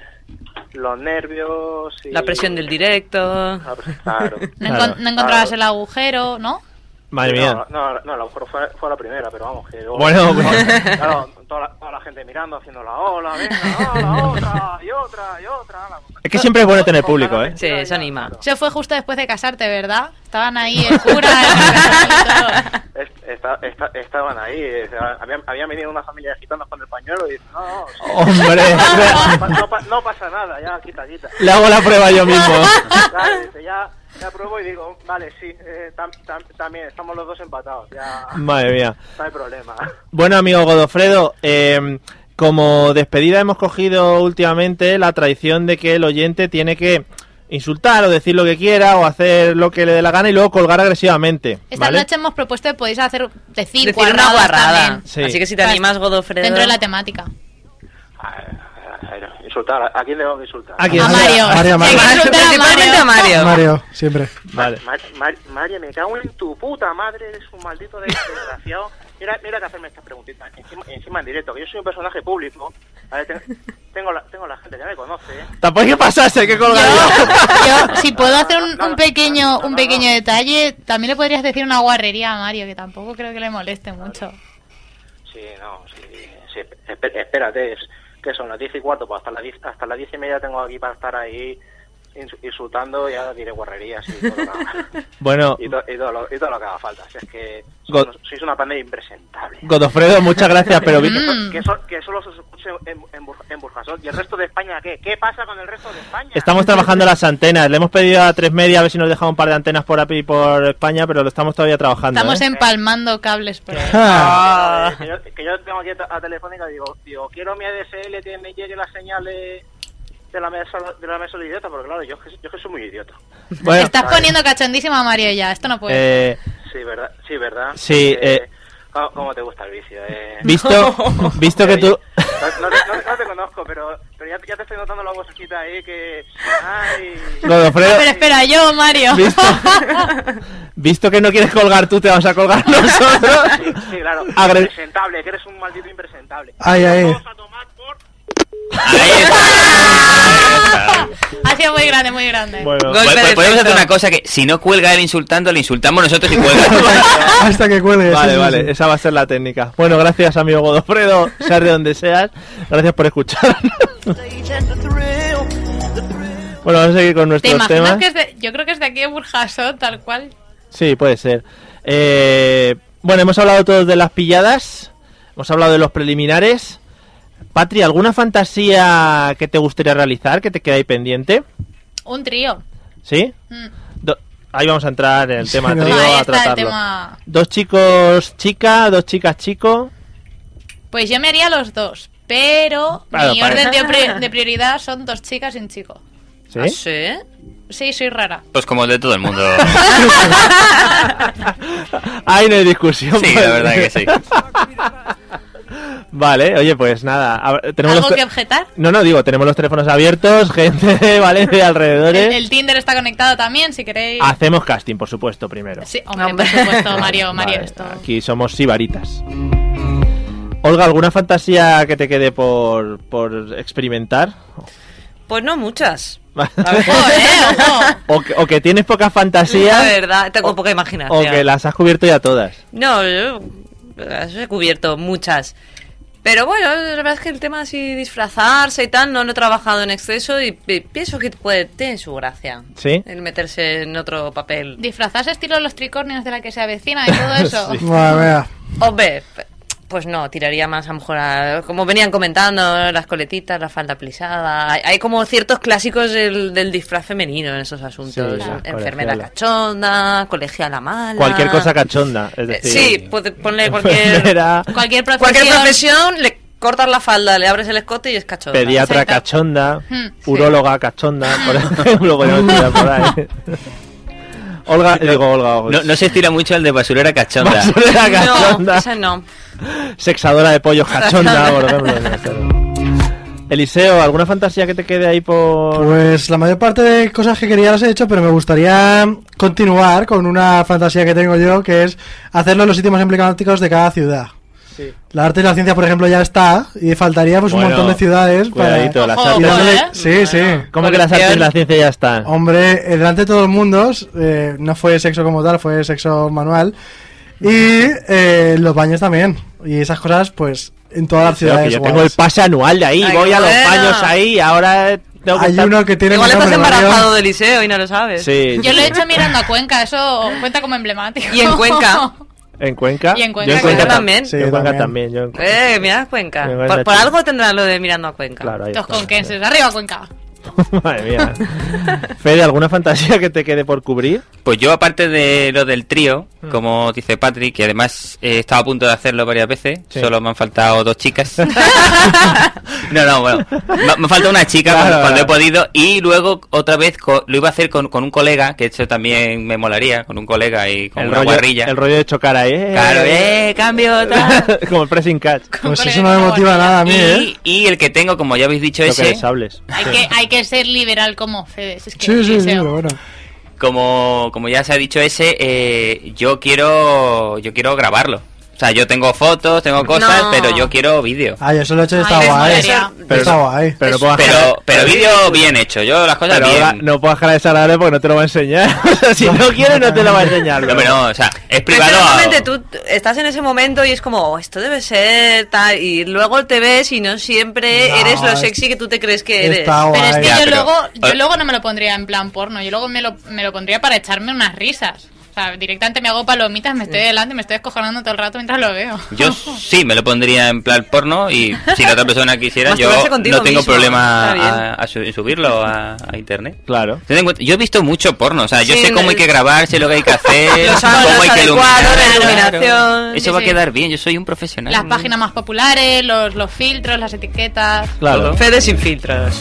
Speaker 10: los nervios y
Speaker 3: La presión del directo.
Speaker 10: La presión, claro
Speaker 2: No,
Speaker 1: Claro.
Speaker 2: encon- no encontrabas
Speaker 10: Claro.
Speaker 2: el agujero, ¿no?
Speaker 1: [LAUGHS] madre
Speaker 10: Sí,
Speaker 1: mía.
Speaker 10: No, no, no, a lo mejor fue, fue la primera, pero vamos, que luego- [LAUGHS]
Speaker 1: Bueno, pues-
Speaker 10: Claro, toda la, toda la gente mirando, haciendo la ola, venga, ola, otra, y otra, y otra. la-
Speaker 1: Es que siempre es bueno tener público, ¿eh?
Speaker 3: Sí, eso anima.
Speaker 2: Eso fue justo después de casarte, ¿verdad? Estaban ahí el [LAUGHS] cura, el todo.
Speaker 10: Es- esta- esta- estaban ahí, eh, habían, habían venido una familia de gitanos con el pañuelo y dicen, no, no, sí,
Speaker 1: Oh. Hombre, [LAUGHS]
Speaker 10: no, pa- no pa- no pasa nada, ya, quita, quita.
Speaker 1: le hago la prueba yo mismo.
Speaker 3: [LAUGHS]
Speaker 10: Claro, dice, ya, ya pruebo y digo, vale, sí, eh, tam- tam- también, estamos los dos empatados, ya
Speaker 1: Madre mía.
Speaker 10: no hay problema.
Speaker 1: Bueno, amigo Godofredo, eh, como despedida hemos cogido últimamente la tradición de que el oyente tiene que insultar o decir lo que quiera o hacer lo que le dé la gana y luego colgar agresivamente.
Speaker 2: Esta
Speaker 1: ¿vale?
Speaker 2: noche hemos propuesto que podéis hacer decir,
Speaker 3: Decir
Speaker 2: guarradas
Speaker 3: una guarrada.
Speaker 2: también.
Speaker 1: Sí.
Speaker 3: Así que si te animas, Godofredo.
Speaker 2: Dentro de la temática.
Speaker 10: Insultar, ¿a quién debemos insultar?
Speaker 1: ¿A quién?
Speaker 2: A Ah, Mario.
Speaker 4: Mario, Mario.
Speaker 3: [LAUGHS]
Speaker 2: Hay que insultar a
Speaker 3: Principalmente a
Speaker 2: Mario.
Speaker 3: Mario.
Speaker 4: Mario, siempre.
Speaker 1: Vale.
Speaker 10: María, me cago en tu puta madre, eres un maldito de- desgraciado. Mira, mira que hacerme estas preguntitas, encima, encima en directo, que yo soy un personaje público. A ver, te- tengo, la, tengo la gente, ya me conoce. ¿eh?
Speaker 1: Tampoco hay que pasarse, hay que colgar yo.
Speaker 2: Yo, si puedo hacer un,
Speaker 10: No, no,
Speaker 2: un pequeño
Speaker 10: no, no,
Speaker 2: un
Speaker 10: no.
Speaker 2: pequeño detalle, también le podrías decir una guarrería a Mario, que tampoco creo que le moleste mucho.
Speaker 10: Sí, no, sí, sí, esp- espérate, es- que son las 10 y cuarto, pues hasta las 10, hasta las 10 y media tengo aquí para estar ahí insu- insultando y ahora diré guarrerías y todo,
Speaker 1: [LAUGHS]
Speaker 10: lo-
Speaker 1: Bueno,
Speaker 10: y to- y todo lo, y todo lo que haga falta. Si es que
Speaker 1: God-
Speaker 10: sois, sois una pandemia impresentable.
Speaker 1: Godofredo, muchas gracias, pero vi-
Speaker 2: Mm.
Speaker 10: Que, so- que solo se os escuche en, en, Bur- en Burjasot. ¿Y el resto de España qué? ¿Qué pasa con el resto de España?
Speaker 1: estamos trabajando las antenas. Le hemos pedido a tres media a ver si nos deja un par de antenas por aquí y por España, pero lo estamos todavía trabajando.
Speaker 2: Estamos
Speaker 1: ¿eh?
Speaker 2: empalmando cables
Speaker 4: [LAUGHS]
Speaker 2: por ahí.
Speaker 10: Ah, que, yo, que yo tengo aquí a Telefónica y digo, digo, quiero mi ADSL que me llegue las señales de la mesa de la mesa del idiota, porque claro, yo, es que- yo es que soy muy idiota.
Speaker 1: Bueno,
Speaker 2: Estás poniendo cachondísima a Mario ya, esto no puede.
Speaker 1: eh,
Speaker 10: Sí, verdad, sí, verdad.
Speaker 1: Sí, eh,
Speaker 10: ¿Cómo, cómo te gusta el vicio?
Speaker 1: [LAUGHS]
Speaker 10: Eh?
Speaker 1: Visto, visto
Speaker 2: [LAUGHS]
Speaker 1: que tú... [LAUGHS]
Speaker 10: No, no te- no- no te conozco, pero, pero ya, ya te estoy notando la vocecita ahí que... ¡Ay!
Speaker 1: Godofredo-
Speaker 2: Pero espera, yo, Mario.
Speaker 1: Visto, visto que no quieres colgar tú, te vamos a colgar [LAUGHS] nosotros.
Speaker 10: Sí, claro.
Speaker 1: Agre-
Speaker 10: Impresentable, que eres un maldito impresentable.
Speaker 4: Ay, ay.
Speaker 2: [LAUGHS] Ha sido muy grande, muy grande.
Speaker 1: Bueno,
Speaker 5: Pues- pues podemos hacer una cosa que si no cuelga él insultando, le insultamos nosotros y cuelga.
Speaker 4: [LAUGHS] Hasta que cuelgue. sí,
Speaker 1: Vale,
Speaker 4: sí,
Speaker 1: vale,
Speaker 4: sí.
Speaker 1: esa va a ser la técnica. Bueno, gracias, amigo Godofredo, seas de donde seas. Gracias por escuchar.
Speaker 2: [LAUGHS]
Speaker 1: Bueno, vamos a seguir con
Speaker 2: ¿Te
Speaker 1: nuestros
Speaker 2: imaginas
Speaker 1: temas.
Speaker 2: que es de, yo creo que es de aquí de Burjasot, tal cual?
Speaker 1: Sí, puede ser. Eh, bueno, hemos hablado todos de las pilladas, hemos hablado de los preliminares. Patri, ¿alguna fantasía que te gustaría realizar, que te queda ahí pendiente?
Speaker 2: Un trío.
Speaker 1: ¿Sí?
Speaker 2: Mm.
Speaker 1: Do- ahí vamos a entrar en el tema
Speaker 4: Sí,
Speaker 1: trío
Speaker 2: Ahí está
Speaker 1: a
Speaker 2: el
Speaker 1: tratarlo.
Speaker 2: tema.
Speaker 1: Dos chicos chica, dos chicas chico.
Speaker 2: Pues yo me haría los dos, pero
Speaker 1: Claro,
Speaker 2: mi
Speaker 1: para-
Speaker 2: orden de,
Speaker 3: [LAUGHS]
Speaker 2: pri- de prioridad son dos chicas y un chico.
Speaker 1: ¿Sí?
Speaker 3: ¿Ah, sí?
Speaker 2: Sí, soy rara.
Speaker 5: Pues como el de todo el mundo.
Speaker 1: [LAUGHS] Ahí no hay discusión.
Speaker 5: Sí,
Speaker 1: madre.
Speaker 5: la verdad que sí.
Speaker 1: [LAUGHS] Vale, oye, pues nada. a ver, tenemos
Speaker 2: ¿Algo
Speaker 1: los
Speaker 2: que
Speaker 1: te-
Speaker 2: objetar?
Speaker 1: No, no, digo, tenemos los teléfonos abiertos, [LAUGHS] gente de Valencia
Speaker 2: [LAUGHS]
Speaker 1: y
Speaker 2: El,
Speaker 1: alrededores.
Speaker 2: el Tinder está conectado también, si queréis.
Speaker 1: Hacemos casting, por supuesto, primero.
Speaker 2: Sí, hombre, por supuesto,
Speaker 1: [LAUGHS]
Speaker 2: Mario, Mario,
Speaker 1: Vale,
Speaker 2: esto.
Speaker 1: Aquí somos sibaritas. Olga, ¿alguna fantasía que te quede por, por experimentar?
Speaker 3: Pues no muchas.
Speaker 2: Ojo, eh, ojo.
Speaker 1: [LAUGHS] o, que, o que tienes pocas
Speaker 3: La
Speaker 1: fantasías
Speaker 3: verdad, tengo poca imaginación.
Speaker 1: o que las has cubierto ya todas.
Speaker 3: No, yo las he cubierto muchas. Pero bueno, la verdad es que el tema así disfrazarse y tal, no lo he trabajado en exceso y pi- pienso que puede, tiene su gracia.
Speaker 1: ¿Sí?
Speaker 3: El meterse en otro papel.
Speaker 2: Disfrazarse estilo los tricornios de la que se avecina y todo eso.
Speaker 1: [LAUGHS] Sí.
Speaker 4: Buah, vea.
Speaker 3: Hombre, p- pues no, tiraría más a lo mejor a- como venían comentando, las coletitas, la falda plisada. Hay, hay como ciertos clásicos del, del disfraz femenino en esos asuntos.
Speaker 1: Sí, la
Speaker 3: Enfermera
Speaker 1: colegiala.
Speaker 3: cachonda, colegiala mala.
Speaker 1: Cualquier cosa cachonda. Es
Speaker 3: Eh,
Speaker 1: decir,
Speaker 3: Sí,
Speaker 2: pues,
Speaker 3: puede poner cualquier...
Speaker 1: enfermera,
Speaker 2: Cualquier profesión.
Speaker 3: Cualquier profesión, le cortas la falda, le abres el escote y es cachorro.
Speaker 1: pediatra
Speaker 2: Exacto.
Speaker 1: cachonda,
Speaker 2: Hmm, sí. Hmm.
Speaker 1: uróloga cachonda, por [LAUGHS] ejemplo, podríamos tirar por ahí. Olga, digo Olga, Olga.
Speaker 5: No, no se estira mucho el de basurera cachonda. [LAUGHS]
Speaker 1: Basurera
Speaker 3: No,
Speaker 1: cachonda.
Speaker 3: esa no.
Speaker 1: Sexadora de pollos
Speaker 5: [LAUGHS]
Speaker 1: cachonda, por ejemplo. Eliseo, ¿alguna fantasía que te quede ahí por...?
Speaker 4: Pues la mayor parte de cosas que quería las he hecho, pero me gustaría continuar con una fantasía que tengo yo, que es hacerlo en los sitios más emblemáticos de cada ciudad. La arte y la ciencia, por ejemplo, ya está, y faltaría pues
Speaker 1: Bueno,
Speaker 4: un montón de ciudades para...
Speaker 1: Cuidadito, las
Speaker 2: Ojo,
Speaker 4: y
Speaker 1: artes-
Speaker 2: ojo,
Speaker 4: dándole-
Speaker 2: ¿eh?
Speaker 4: Sí, sí.
Speaker 1: ¿Cómo que las artes y la ciencia ya están?
Speaker 4: Hombre, eh, delante de todo el mundo, eh, no fue sexo como tal, fue sexo manual. Y eh, los baños también. Y esas cosas, pues, en todas las
Speaker 1: Creo que
Speaker 4: ciudades.
Speaker 1: yo
Speaker 4: guays.
Speaker 1: tengo el pase anual de ahí,
Speaker 3: Ay,
Speaker 1: voy a los
Speaker 3: bueno.
Speaker 1: baños ahí, ahora... eh, tengo que
Speaker 4: Hay
Speaker 1: estar-
Speaker 4: uno que tiene
Speaker 3: Igual
Speaker 4: mi
Speaker 3: estás
Speaker 4: nombre, Mario.
Speaker 3: embarazado de liceo y no lo sabes.
Speaker 1: Sí,
Speaker 2: Yo
Speaker 1: sí,
Speaker 2: lo he
Speaker 1: sí.
Speaker 2: hecho mirando a Cuenca, eso cuenta como emblemático.
Speaker 3: Y en Cuenca.
Speaker 1: ¿En Cuenca?
Speaker 2: Y en Cuenca,
Speaker 1: Yo en
Speaker 2: claro.
Speaker 1: Cuenca
Speaker 3: también.
Speaker 4: Sí,
Speaker 1: Yo en Cuenca
Speaker 4: también.
Speaker 1: también, yo en Cuenca.
Speaker 3: Eh, mira Cuenca.
Speaker 1: Me voy a
Speaker 3: Por,
Speaker 1: la
Speaker 3: por
Speaker 1: chica.
Speaker 3: algo tendrá lo de mirando a Cuenca.
Speaker 1: Claro, ahí
Speaker 2: Los
Speaker 1: está.
Speaker 2: conquenses, arriba Cuenca.
Speaker 1: [LAUGHS] Madre
Speaker 5: [LAUGHS]
Speaker 1: mía. Fede, ¿alguna fantasía que te quede por cubrir?
Speaker 5: Pues yo, aparte de lo del trío,
Speaker 1: Mm.
Speaker 5: como dice Patrick, que además eh, he estado a punto de hacerlo varias veces,
Speaker 1: Sí.
Speaker 5: solo me han faltado dos
Speaker 1: [LAUGHS]
Speaker 5: chicas. [LAUGHS] no, no, bueno, me, me falta una chica
Speaker 1: Claro,
Speaker 5: cuando, cuando he
Speaker 1: claro.
Speaker 5: podido y luego otra vez co- lo iba a hacer con, con un colega, que eso también me molaría, con un colega y con una
Speaker 1: rollo,
Speaker 5: guarrilla.
Speaker 1: el rollo de chocar ahí. ¿eh?
Speaker 5: Claro, eh, cambio, tal.
Speaker 1: [LAUGHS] Como el pressing catch.
Speaker 4: Pues
Speaker 2: [LAUGHS] Con
Speaker 4: eso
Speaker 2: el-
Speaker 4: no me motiva nada a mí, ¿eh?
Speaker 5: Y, y el que tengo, como ya habéis dicho,
Speaker 1: Choque de
Speaker 5: ese,
Speaker 1: sables.
Speaker 2: Hay que, hay que ser liberal como Fede. si Es que
Speaker 4: Sí, sí, sí,
Speaker 2: deseo.
Speaker 4: pero bueno.
Speaker 5: como, como ya se ha dicho ese, eh, yo quiero yo quiero grabarlo. O sea, yo tengo fotos, tengo cosas,
Speaker 3: No.
Speaker 5: pero yo quiero vídeo.
Speaker 4: Ay, Ah, eso lo he hecho y está
Speaker 2: Ay,
Speaker 4: guay.
Speaker 2: eso-
Speaker 4: Pero está guay.
Speaker 3: Pues,
Speaker 1: Pero no puedo
Speaker 5: Pero,
Speaker 1: bajar-
Speaker 5: pero vídeo bien hecho, yo las cosas
Speaker 1: pero ahora
Speaker 5: bien.
Speaker 1: no puedo dejar de saludar porque no te lo va a enseñar. [LAUGHS] O sea, si no quieres, no te lo va a enseñar.
Speaker 5: No,
Speaker 1: bro.
Speaker 5: pero no, o sea, es
Speaker 3: Pero
Speaker 5: privado.
Speaker 3: seguramente tú t- estás en ese momento y es como, "Oh, esto debe ser tal, y luego te ves y no siempre
Speaker 4: No,
Speaker 3: eres lo
Speaker 4: es-
Speaker 3: sexy que tú te crees que eres.
Speaker 4: Está
Speaker 2: Pero es
Speaker 4: guay.
Speaker 2: que
Speaker 5: Ya,
Speaker 2: yo,
Speaker 5: pero-
Speaker 2: luego, yo
Speaker 5: eh.
Speaker 2: luego no me lo pondría en plan porno, yo luego me lo, me lo pondría para echarme unas risas. O sea, directamente me hago palomitas, me estoy delante, me estoy descojonando todo el rato mientras lo veo.
Speaker 5: Yo sí me lo pondría en plan porno y si la otra persona quisiera, yo
Speaker 3: Masturbarse
Speaker 5: no
Speaker 3: contigo
Speaker 5: tengo
Speaker 3: mismo,
Speaker 5: problema
Speaker 3: está bien.
Speaker 5: a, a su- en subirlo a, a internet.
Speaker 1: Claro.
Speaker 5: Ten en cuenta- Yo he visto mucho porno, o sea, yo
Speaker 3: Sí,
Speaker 5: sé cómo
Speaker 3: no-
Speaker 5: hay que grabar, sé lo que hay que hacer,
Speaker 3: [LAUGHS] Los ángulos
Speaker 5: cómo hay que
Speaker 3: adecuados,
Speaker 5: iluminar.
Speaker 3: la
Speaker 5: Claro.
Speaker 3: iluminación.
Speaker 5: Eso
Speaker 2: Sí,
Speaker 5: va a
Speaker 2: sí.
Speaker 5: quedar bien, yo soy un profesional.
Speaker 2: [LAUGHS] Las páginas más populares, los, los filtros, las
Speaker 5: [LAUGHS]
Speaker 2: etiquetas.
Speaker 1: Claro.
Speaker 3: Fede sin filtros.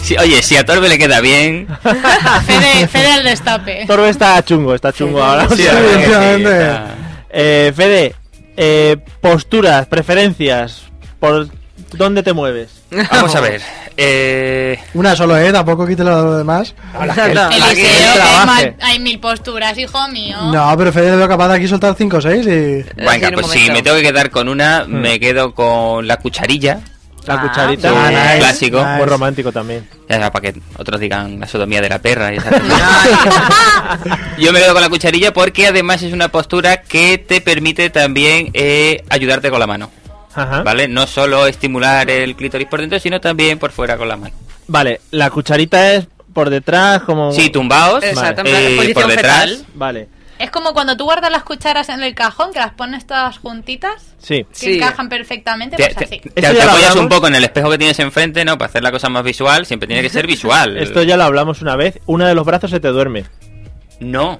Speaker 5: Sí, oye, si a Torbe le queda bien.
Speaker 2: Ah, Fede, Fede al
Speaker 5: [LAUGHS]
Speaker 2: destape.
Speaker 1: Torbe está chungo, está chungo ahora.
Speaker 5: Sí, la verdad que sí, está-
Speaker 1: [LAUGHS] Eh, Fede, eh, posturas, preferencias, ¿por dónde te mueves?
Speaker 5: Vamos a ver. Eh,
Speaker 4: Una solo, ¿eh? Tampoco quítelo a los demás.
Speaker 2: Eliseo, que hay,
Speaker 4: trabaje.
Speaker 2: mal- hay mil posturas, hijo mío.
Speaker 4: No, pero Fede le veo capaz de aquí soltar 5 o 6 y...
Speaker 5: venga, pues si me tengo que quedar con una,
Speaker 1: Hmm.
Speaker 5: me quedo con la cucharilla.
Speaker 1: La cucharita,
Speaker 5: Un
Speaker 1: Ah, nice,
Speaker 5: pues, clásico.
Speaker 1: nice. muy romántico también.
Speaker 5: Ya sea, para que otros digan la sodomía de la perra y esas cosas.
Speaker 1: [LAUGHS]
Speaker 5: Yo me quedo con la cucharilla porque además es una postura que te permite también eh, ayudarte con la mano.
Speaker 1: Ajá.
Speaker 5: ¿Vale? No solo estimular el clítoris por dentro, sino también por fuera con la mano.
Speaker 1: Vale, la cucharita es por detrás, como.
Speaker 5: Sí, tumbaos. Exacto, en plan, Eh, posición por detrás. fetal.
Speaker 1: Vale,
Speaker 2: Es como cuando tú guardas las cucharas en el cajón, que las pones todas juntitas,
Speaker 1: sí.
Speaker 2: que encajan perfectamente,
Speaker 5: Te,
Speaker 2: pues
Speaker 5: te-
Speaker 2: así.
Speaker 5: te-
Speaker 1: Esto ya
Speaker 5: te
Speaker 1: lo
Speaker 5: apoyas
Speaker 1: hablamos.
Speaker 5: un poco en el espejo que tienes enfrente, ¿no? Para hacer la cosa más visual, siempre tiene que ser visual.
Speaker 1: Esto ya lo hablamos una vez. Uno de los brazos se te duerme.
Speaker 5: No.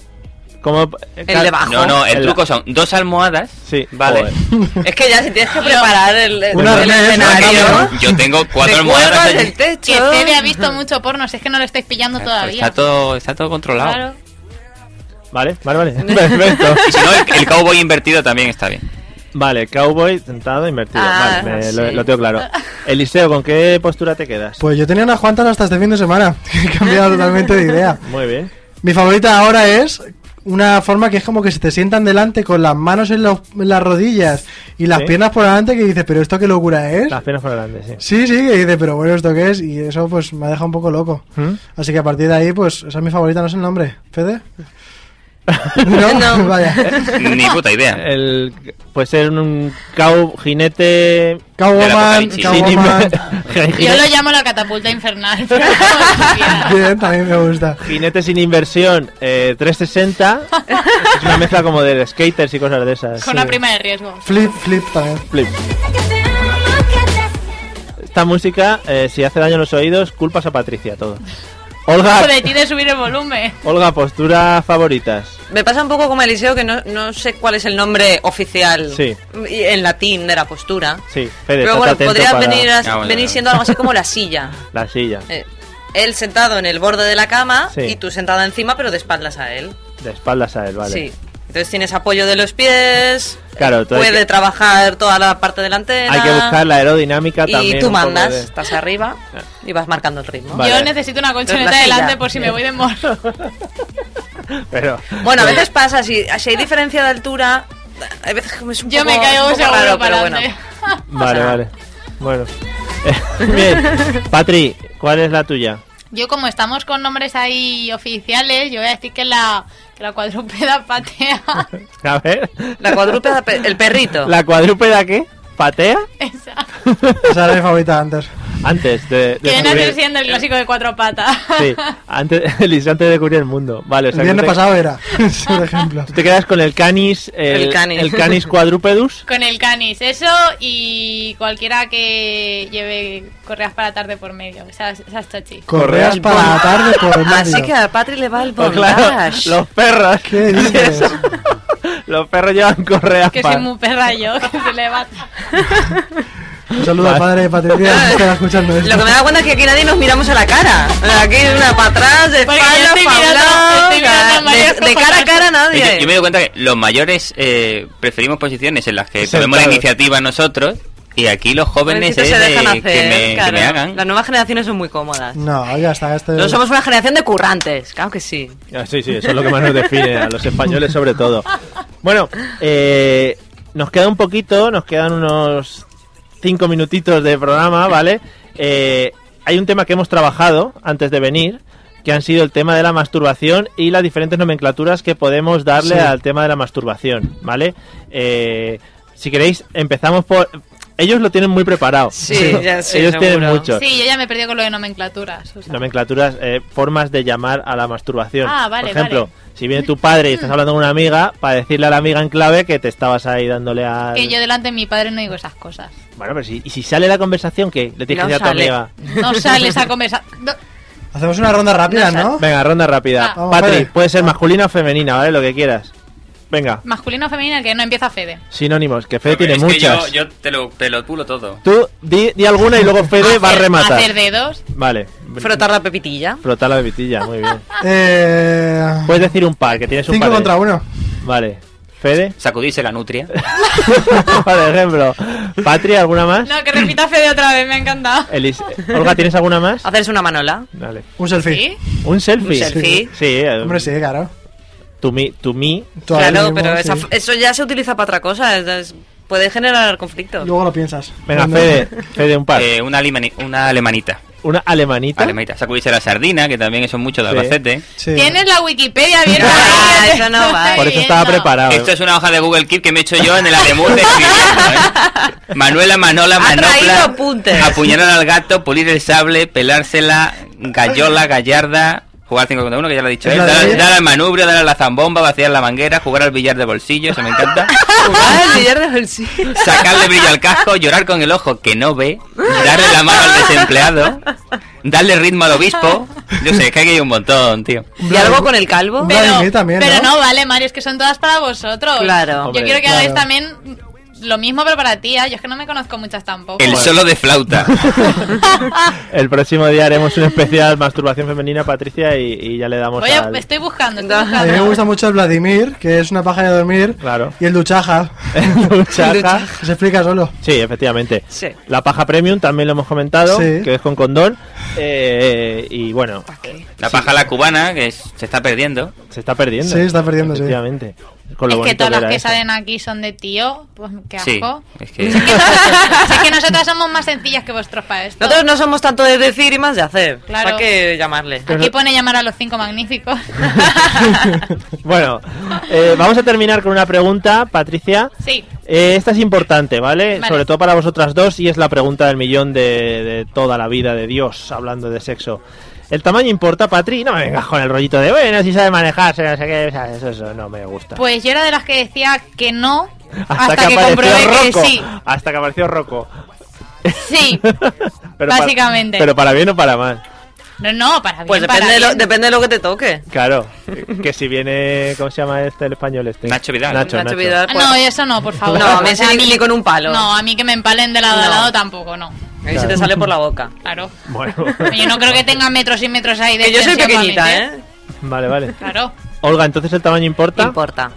Speaker 1: Como, eh,
Speaker 3: El de abajo.
Speaker 5: No, no, el
Speaker 1: El-
Speaker 5: truco son dos almohadas.
Speaker 1: Sí,
Speaker 5: Vale.
Speaker 1: joder.
Speaker 3: Es que ya si tienes que preparar el, el-
Speaker 1: [LAUGHS] Una
Speaker 3: el
Speaker 1: red,
Speaker 3: escenario.
Speaker 5: Yo tengo cuatro
Speaker 3: Te
Speaker 5: almohadas.
Speaker 3: cuelgas
Speaker 5: allí.
Speaker 3: del techo.
Speaker 2: Que Fede ha
Speaker 5: [LAUGHS]
Speaker 2: visto mucho porno, si es que no lo estáis pillando
Speaker 5: Está
Speaker 2: todavía.
Speaker 5: todo, está todo controlado.
Speaker 2: Claro.
Speaker 1: Vale, vale, vale.
Speaker 3: [LAUGHS]
Speaker 1: Perfecto.
Speaker 5: Y si no, el, el cowboy invertido también está bien.
Speaker 1: Vale, cowboy sentado invertido.
Speaker 3: Ah,
Speaker 1: vale, me-
Speaker 3: sí.
Speaker 1: lo, lo tengo claro. Eliseo, ¿con qué postura te quedas?
Speaker 4: Pues yo tenía unas cuantas hasta este fin de semana. [LAUGHS] He cambiado totalmente de idea.
Speaker 1: Muy bien.
Speaker 4: Mi favorita ahora es una forma que es como que se te sientan delante con las manos en, los- en las rodillas y las
Speaker 1: Sí.
Speaker 4: piernas por delante que dices, pero esto qué locura es.
Speaker 1: Las piernas por delante, sí.
Speaker 4: Sí, sí, que dices, pero bueno, esto qué es. Y eso pues me ha dejado un poco loco.
Speaker 5: [LAUGHS]
Speaker 1: ¿Mm?
Speaker 4: Así que a partir de ahí, pues esa es mi favorita, no sé el nombre.
Speaker 3: [LAUGHS]
Speaker 4: ¿Fede? No, [LAUGHS] vaya.
Speaker 3: [LAUGHS]
Speaker 5: Ni puta idea.
Speaker 1: El, pues ser un cow, jinete.
Speaker 5: Del
Speaker 4: Cowwoman,
Speaker 5: apocalipsis.
Speaker 1: sin
Speaker 4: Cowwoman.
Speaker 1: [LAUGHS] in-
Speaker 2: Yo lo
Speaker 1: jinete,
Speaker 2: llamo la catapulta infernal. [LAUGHS] pero no lo quisiera.
Speaker 3: [LAUGHS]
Speaker 4: Bien, también me gusta.
Speaker 1: jinete sin inversión eh, 360. es una mezcla como de skaters y cosas de esas.
Speaker 2: Con una prima de riesgo.
Speaker 4: Flip, flip también.
Speaker 1: Flip. Esta música, eh, si hace daño a los oídos, culpas a Patricia todo. Olga,
Speaker 2: Joder, ti de subir el volumen.
Speaker 1: Olga, posturas favoritas.
Speaker 3: Me pasa un poco como Eliseo que no, no sé cuál es el nombre oficial
Speaker 1: Sí.
Speaker 3: y- en latín de la postura.
Speaker 1: Sí, Fede,
Speaker 3: Pero
Speaker 1: estate
Speaker 3: bueno,
Speaker 1: atento
Speaker 3: podría
Speaker 1: para
Speaker 3: venir, a-
Speaker 5: Ah, bueno,
Speaker 3: venir
Speaker 5: bueno.
Speaker 3: siendo algo así como la
Speaker 1: [LAUGHS]
Speaker 3: silla.
Speaker 1: la silla.
Speaker 3: Eh, él sentado en el borde de la cama
Speaker 1: Sí.
Speaker 3: y tú sentada encima pero de espaldas a él.
Speaker 1: De espaldas a él, vale.
Speaker 3: Sí. Entonces tienes apoyo de los pies,
Speaker 1: Claro, todo hay
Speaker 3: puede
Speaker 1: que-
Speaker 3: trabajar toda la parte delantera.
Speaker 1: Hay que buscar la aerodinámica también.
Speaker 3: Y
Speaker 1: un
Speaker 3: tú
Speaker 1: poco
Speaker 3: mandas,
Speaker 1: de- Ah.
Speaker 3: estás arriba y vas marcando el ritmo.
Speaker 1: Vale.
Speaker 2: Yo necesito una colchoneta
Speaker 3: La silla.
Speaker 2: delante por si me voy de
Speaker 3: [LAUGHS]
Speaker 2: morro.
Speaker 1: Pero,
Speaker 3: Bueno, a veces pasa, si, si hay diferencia de altura, hay veces que es un
Speaker 2: Yo
Speaker 3: poco-
Speaker 2: me caigo
Speaker 3: un poco
Speaker 2: seguro
Speaker 3: raro,
Speaker 2: para
Speaker 3: pero bueno.
Speaker 2: adelante.
Speaker 1: [LAUGHS] vale,
Speaker 3: sea-
Speaker 1: vale. Bueno. [LAUGHS] Bien. Patri, ¿cuál es la tuya?
Speaker 2: Yo como estamos con nombres ahí oficiales, yo voy a decir que la, que la cuadrúpeda [LAUGHS]
Speaker 3: [LAUGHS]
Speaker 2: patea.
Speaker 1: A ver.
Speaker 3: La cuadrúpeda, pe- el perrito.
Speaker 1: ¿La cuadrúpeda qué? ¿Patea?
Speaker 2: Esa.
Speaker 4: Esa era mi favorita antes.
Speaker 1: [LAUGHS] Antes de. de
Speaker 2: Que viene a
Speaker 1: descubrir-
Speaker 2: ser siendo el clásico de cuatro patas.
Speaker 1: Sí, antes, [LAUGHS] Eliseo, antes de descubrir el mundo. Vale, o
Speaker 4: El
Speaker 1: sea, que
Speaker 4: viernes
Speaker 1: tú te-
Speaker 4: pasado era, [LAUGHS] por ejemplo.
Speaker 1: Tú te quedas con el canis. El,
Speaker 3: El canis.
Speaker 1: el canis
Speaker 2: [LAUGHS]
Speaker 1: cuadrúpedus.
Speaker 2: [LAUGHS] Con el canis, eso y cualquiera que lleve correas para tarde por medio. Esas, esas chochis.
Speaker 4: Correas para la tarde por medio.
Speaker 3: Así que a Patri le va el
Speaker 5: Oh,
Speaker 1: Pues
Speaker 3: bondage.
Speaker 1: claro, los perros. [LAUGHS]
Speaker 4: ¿Qué dices?
Speaker 1: Los perros llevan correas
Speaker 2: Que
Speaker 1: para-
Speaker 2: soy muy perra yo, [LAUGHS] que se le va.
Speaker 4: Un saludo al padre de Patricia que está escuchando esto.
Speaker 3: Lo que me da cuenta es que aquí nadie nos miramos a la cara. Aquí una para atrás, de
Speaker 2: Porque yo
Speaker 3: espalda,
Speaker 2: estoy
Speaker 3: para un
Speaker 2: mirando-
Speaker 3: lado,
Speaker 2: estoy mirando
Speaker 3: cara-
Speaker 2: a María
Speaker 3: de, de cara a cara nadie.
Speaker 5: Yo, yo me doy cuenta que los mayores eh, preferimos posiciones en las que tomemos la
Speaker 1: Sentados.
Speaker 5: iniciativa nosotros y aquí los jóvenes
Speaker 3: Pobrecitos
Speaker 5: es
Speaker 3: se
Speaker 5: eh, de
Speaker 3: dejan hacer,
Speaker 5: que, me, que
Speaker 3: claro.
Speaker 5: me hagan.
Speaker 3: Las nuevas generaciones son muy cómodas.
Speaker 4: No, ya está. Este...
Speaker 3: No somos una generación de currantes, claro que sí.
Speaker 1: Ah, sí, sí, eso es lo que más nos define, a los españoles sobre todo. Bueno, eh, nos queda un poquito, nos quedan unos cinco minutitos de programa, ¿vale? Eh, hay un tema que hemos trabajado antes de venir, que han sido el tema de la masturbación y las diferentes nomenclaturas que podemos darle
Speaker 4: Sí.
Speaker 1: al tema de la masturbación, ¿vale? Eh, si queréis, empezamos por... Ellos lo tienen muy preparado.
Speaker 3: Sí, ya sí,
Speaker 1: Ellos tienen
Speaker 3: seguro.
Speaker 1: mucho.
Speaker 2: Sí, yo ya me he perdido con lo de nomenclaturas. o sea.
Speaker 1: Nomenclaturas, eh, formas de llamar a la masturbación.
Speaker 2: Ah, vale, Mm.
Speaker 1: Por ejemplo, si viene tu padre y estás hablando con una amiga, para decirle a la amiga en clave que te estabas ahí dándole a.
Speaker 2: Que yo delante de mi padre no digo esas cosas.
Speaker 1: Bueno, pero si, y si sale la conversación, ¿qué? Le tienes
Speaker 3: No
Speaker 1: que decir a tu
Speaker 3: sale.
Speaker 1: amiga.
Speaker 2: No sale esa conversación.
Speaker 4: Hacemos una ronda rápida, ¿no?
Speaker 1: Venga, ronda rápida.
Speaker 4: Ah.
Speaker 1: Patri,
Speaker 4: Vale.
Speaker 1: puede ser masculina o femenina, ¿vale? Lo que quieras. Venga,
Speaker 2: Masculino o femenino, el que no empieza Fede.
Speaker 1: sinónimos, que Fede tiene
Speaker 5: es que
Speaker 1: muchas.
Speaker 5: yo, yo te lo, te lo pulo todo.
Speaker 1: Tú di, di alguna y luego Fede va a
Speaker 2: Hacer-
Speaker 1: rematar.
Speaker 2: Hacer dedos.
Speaker 1: Vale,
Speaker 3: Frotar la pepitilla.
Speaker 1: Flotar la bebitilla, muy bien.
Speaker 4: Eh,
Speaker 1: Puedes decir un par, que tienes Pues, un
Speaker 4: cinco
Speaker 1: par. de-
Speaker 4: contra uno.
Speaker 1: Vale. Fede,
Speaker 5: Sacudirse la
Speaker 1: [LAUGHS]
Speaker 5: nutria.
Speaker 1: por ejemplo. Patria, ¿alguna más?
Speaker 2: No, que repita Fede otra vez, me ha encantado.
Speaker 1: Elis- Olga, ¿tienes alguna más?
Speaker 2: Ah.
Speaker 3: Hacerse una manola.
Speaker 1: Vale.
Speaker 4: Un selfie.
Speaker 2: ¿Sí?
Speaker 1: ¿Un selfie?
Speaker 3: Un selfie.
Speaker 1: Sí, eh,
Speaker 4: Hombre, sí, claro.
Speaker 1: to me, to me.
Speaker 4: Tú ahora
Speaker 3: claro,
Speaker 4: mismo,
Speaker 3: pero
Speaker 4: sí.
Speaker 3: esa- eso ya se utiliza para otra cosa. es- es- puede generar conflicto.
Speaker 4: Luego lo piensas.
Speaker 1: Venga,
Speaker 4: Cuando-
Speaker 1: Fede, Fede, un par.
Speaker 5: Eh, una, alemani- una alemanita.
Speaker 1: Una alemanita.
Speaker 5: Alemanita. Sacudirse la sardina, que también eso es mucho de
Speaker 1: Sí.
Speaker 5: Albacete.
Speaker 4: Sí.
Speaker 2: Tienes la Wikipedia abierta.
Speaker 3: [LAUGHS]
Speaker 2: [LAUGHS]
Speaker 3: Ah,
Speaker 2: ahí,
Speaker 3: eso no va.
Speaker 1: Por eso estaba
Speaker 2: viendo.
Speaker 1: preparado.
Speaker 5: Esto
Speaker 1: eh.
Speaker 5: es una hoja de Google Keep que me he hecho yo en el Ademur de escribiendo, ¿eh? Manuela, Manola,
Speaker 3: Ha
Speaker 5: Manopla.
Speaker 3: traído apuntes.
Speaker 5: Apuñalar al gato, pulir el sable, pelársela, gallola, gallarda. Jugar 5 contra 1, que ya lo he dicho
Speaker 4: ¿Es
Speaker 5: él.
Speaker 4: la de
Speaker 5: Dar,
Speaker 4: ayer?
Speaker 5: dar al manubrio, dar a la zambomba, vaciar la manguera, jugar al billar de bolsillo, eso me encanta.
Speaker 4: [LAUGHS]
Speaker 3: Ah, el billar de bolsillo.
Speaker 5: Sacarle brillo al casco, llorar con el ojo que no ve, darle la mano al desempleado, darle ritmo al obispo. Yo sé, es que aquí hay un montón, tío.
Speaker 3: ¿Y algo con el calvo?
Speaker 4: Pero- Vladimir también,
Speaker 2: pero
Speaker 4: ¿no?
Speaker 2: no, vale, Mario, es que son todas para vosotros.
Speaker 3: Claro.
Speaker 2: Yo
Speaker 1: Hombre,
Speaker 2: quiero que
Speaker 4: claro.
Speaker 2: hagáis también lo mismo, pero para ti. ¿eh? Yo es que no me conozco muchas tampoco.
Speaker 5: El solo de
Speaker 4: [LAUGHS]
Speaker 5: flauta.
Speaker 1: El próximo día haremos un especial masturbación femenina, Patricia, y, y ya le damos
Speaker 2: Voy a-
Speaker 1: al-
Speaker 2: estoy buscando, estoy
Speaker 3: No.
Speaker 4: A mí me
Speaker 2: buscando.
Speaker 4: gusta mucho el Vladimir, que es una paja de dormir. [LAUGHS]
Speaker 1: Claro. [LAUGHS]
Speaker 4: Y el duchaja.
Speaker 1: el duchaja.
Speaker 4: Que [LAUGHS] Se explica solo.
Speaker 1: Sí, efectivamente.
Speaker 3: Sí.
Speaker 1: La paja premium también lo hemos comentado,
Speaker 4: Sí.
Speaker 1: que es con condón. Eh, y bueno,
Speaker 5: La paja a la cubana, que es- se está perdiendo.
Speaker 1: se está perdiendo.
Speaker 4: Sí, está perdiendo, sí.
Speaker 1: efectivamente. Con
Speaker 2: Es
Speaker 1: lo
Speaker 2: que
Speaker 1: bonito
Speaker 2: todas las
Speaker 1: era
Speaker 2: que
Speaker 1: eso.
Speaker 2: salen aquí son de tío, pues qué
Speaker 5: Sí,
Speaker 2: asco.
Speaker 5: es
Speaker 2: Si
Speaker 5: que- [LAUGHS]
Speaker 2: es que nosotras somos más sencillas que vosotros para esto.
Speaker 3: Nosotros no somos tanto de decir y más de hacer.
Speaker 2: Claro.
Speaker 3: ¿Para qué llamarle?
Speaker 2: Aquí pone llamar a los cinco magníficos.
Speaker 1: [LAUGHS] Bueno, eh, vamos a terminar con una pregunta, Patricia.
Speaker 2: sí.
Speaker 1: Eh, esta es importante, ¿vale?
Speaker 2: Vale.
Speaker 1: Sobre todo para vosotras dos y es la pregunta del millón de, de toda la vida de Dios, hablando de sexo. ¿El tamaño importa, Patri? No me vengas con el rollito de, bueno, si sabe manejarse, no sé qué, o sea, eso, eso no me gusta.
Speaker 2: Pues yo era de las que decía que no hasta, que,
Speaker 1: apareció
Speaker 2: comprobé que
Speaker 1: Rocco.
Speaker 2: sí.
Speaker 1: Hasta que apareció Rocco. [LAUGHS]
Speaker 2: Sí.
Speaker 1: Pero para-
Speaker 2: Básicamente.
Speaker 1: pero para bien o para mal.
Speaker 2: No, no, para bien,
Speaker 3: Pues
Speaker 2: para
Speaker 3: depende de, lo,
Speaker 2: bien.
Speaker 3: depende de lo que te toque.
Speaker 1: Claro. Que si viene, ¿cómo se llama este el español este?
Speaker 5: Nacho Vidal.
Speaker 1: Nacho,
Speaker 3: Nacho
Speaker 1: Nacho.
Speaker 3: Vidal.
Speaker 2: Ah, No, eso no, por favor.
Speaker 3: No, a mí
Speaker 2: O sea,
Speaker 3: ese ni- ni con un palo.
Speaker 2: No, a mí que me empalen de lado a
Speaker 3: No.
Speaker 2: lado tampoco, no.
Speaker 3: Ahí se te sale por la boca.
Speaker 2: Claro. [LAUGHS]
Speaker 1: Bueno.
Speaker 2: Yo no creo que tenga metros y metros ahí de
Speaker 3: Que yo soy
Speaker 2: extensión para
Speaker 3: pequeñita,
Speaker 2: meter.
Speaker 3: ¿eh?
Speaker 1: Vale, vale.
Speaker 2: Claro.
Speaker 1: Olga, entonces el tamaño
Speaker 4: ¿Ah?
Speaker 1: importa.
Speaker 3: Importa.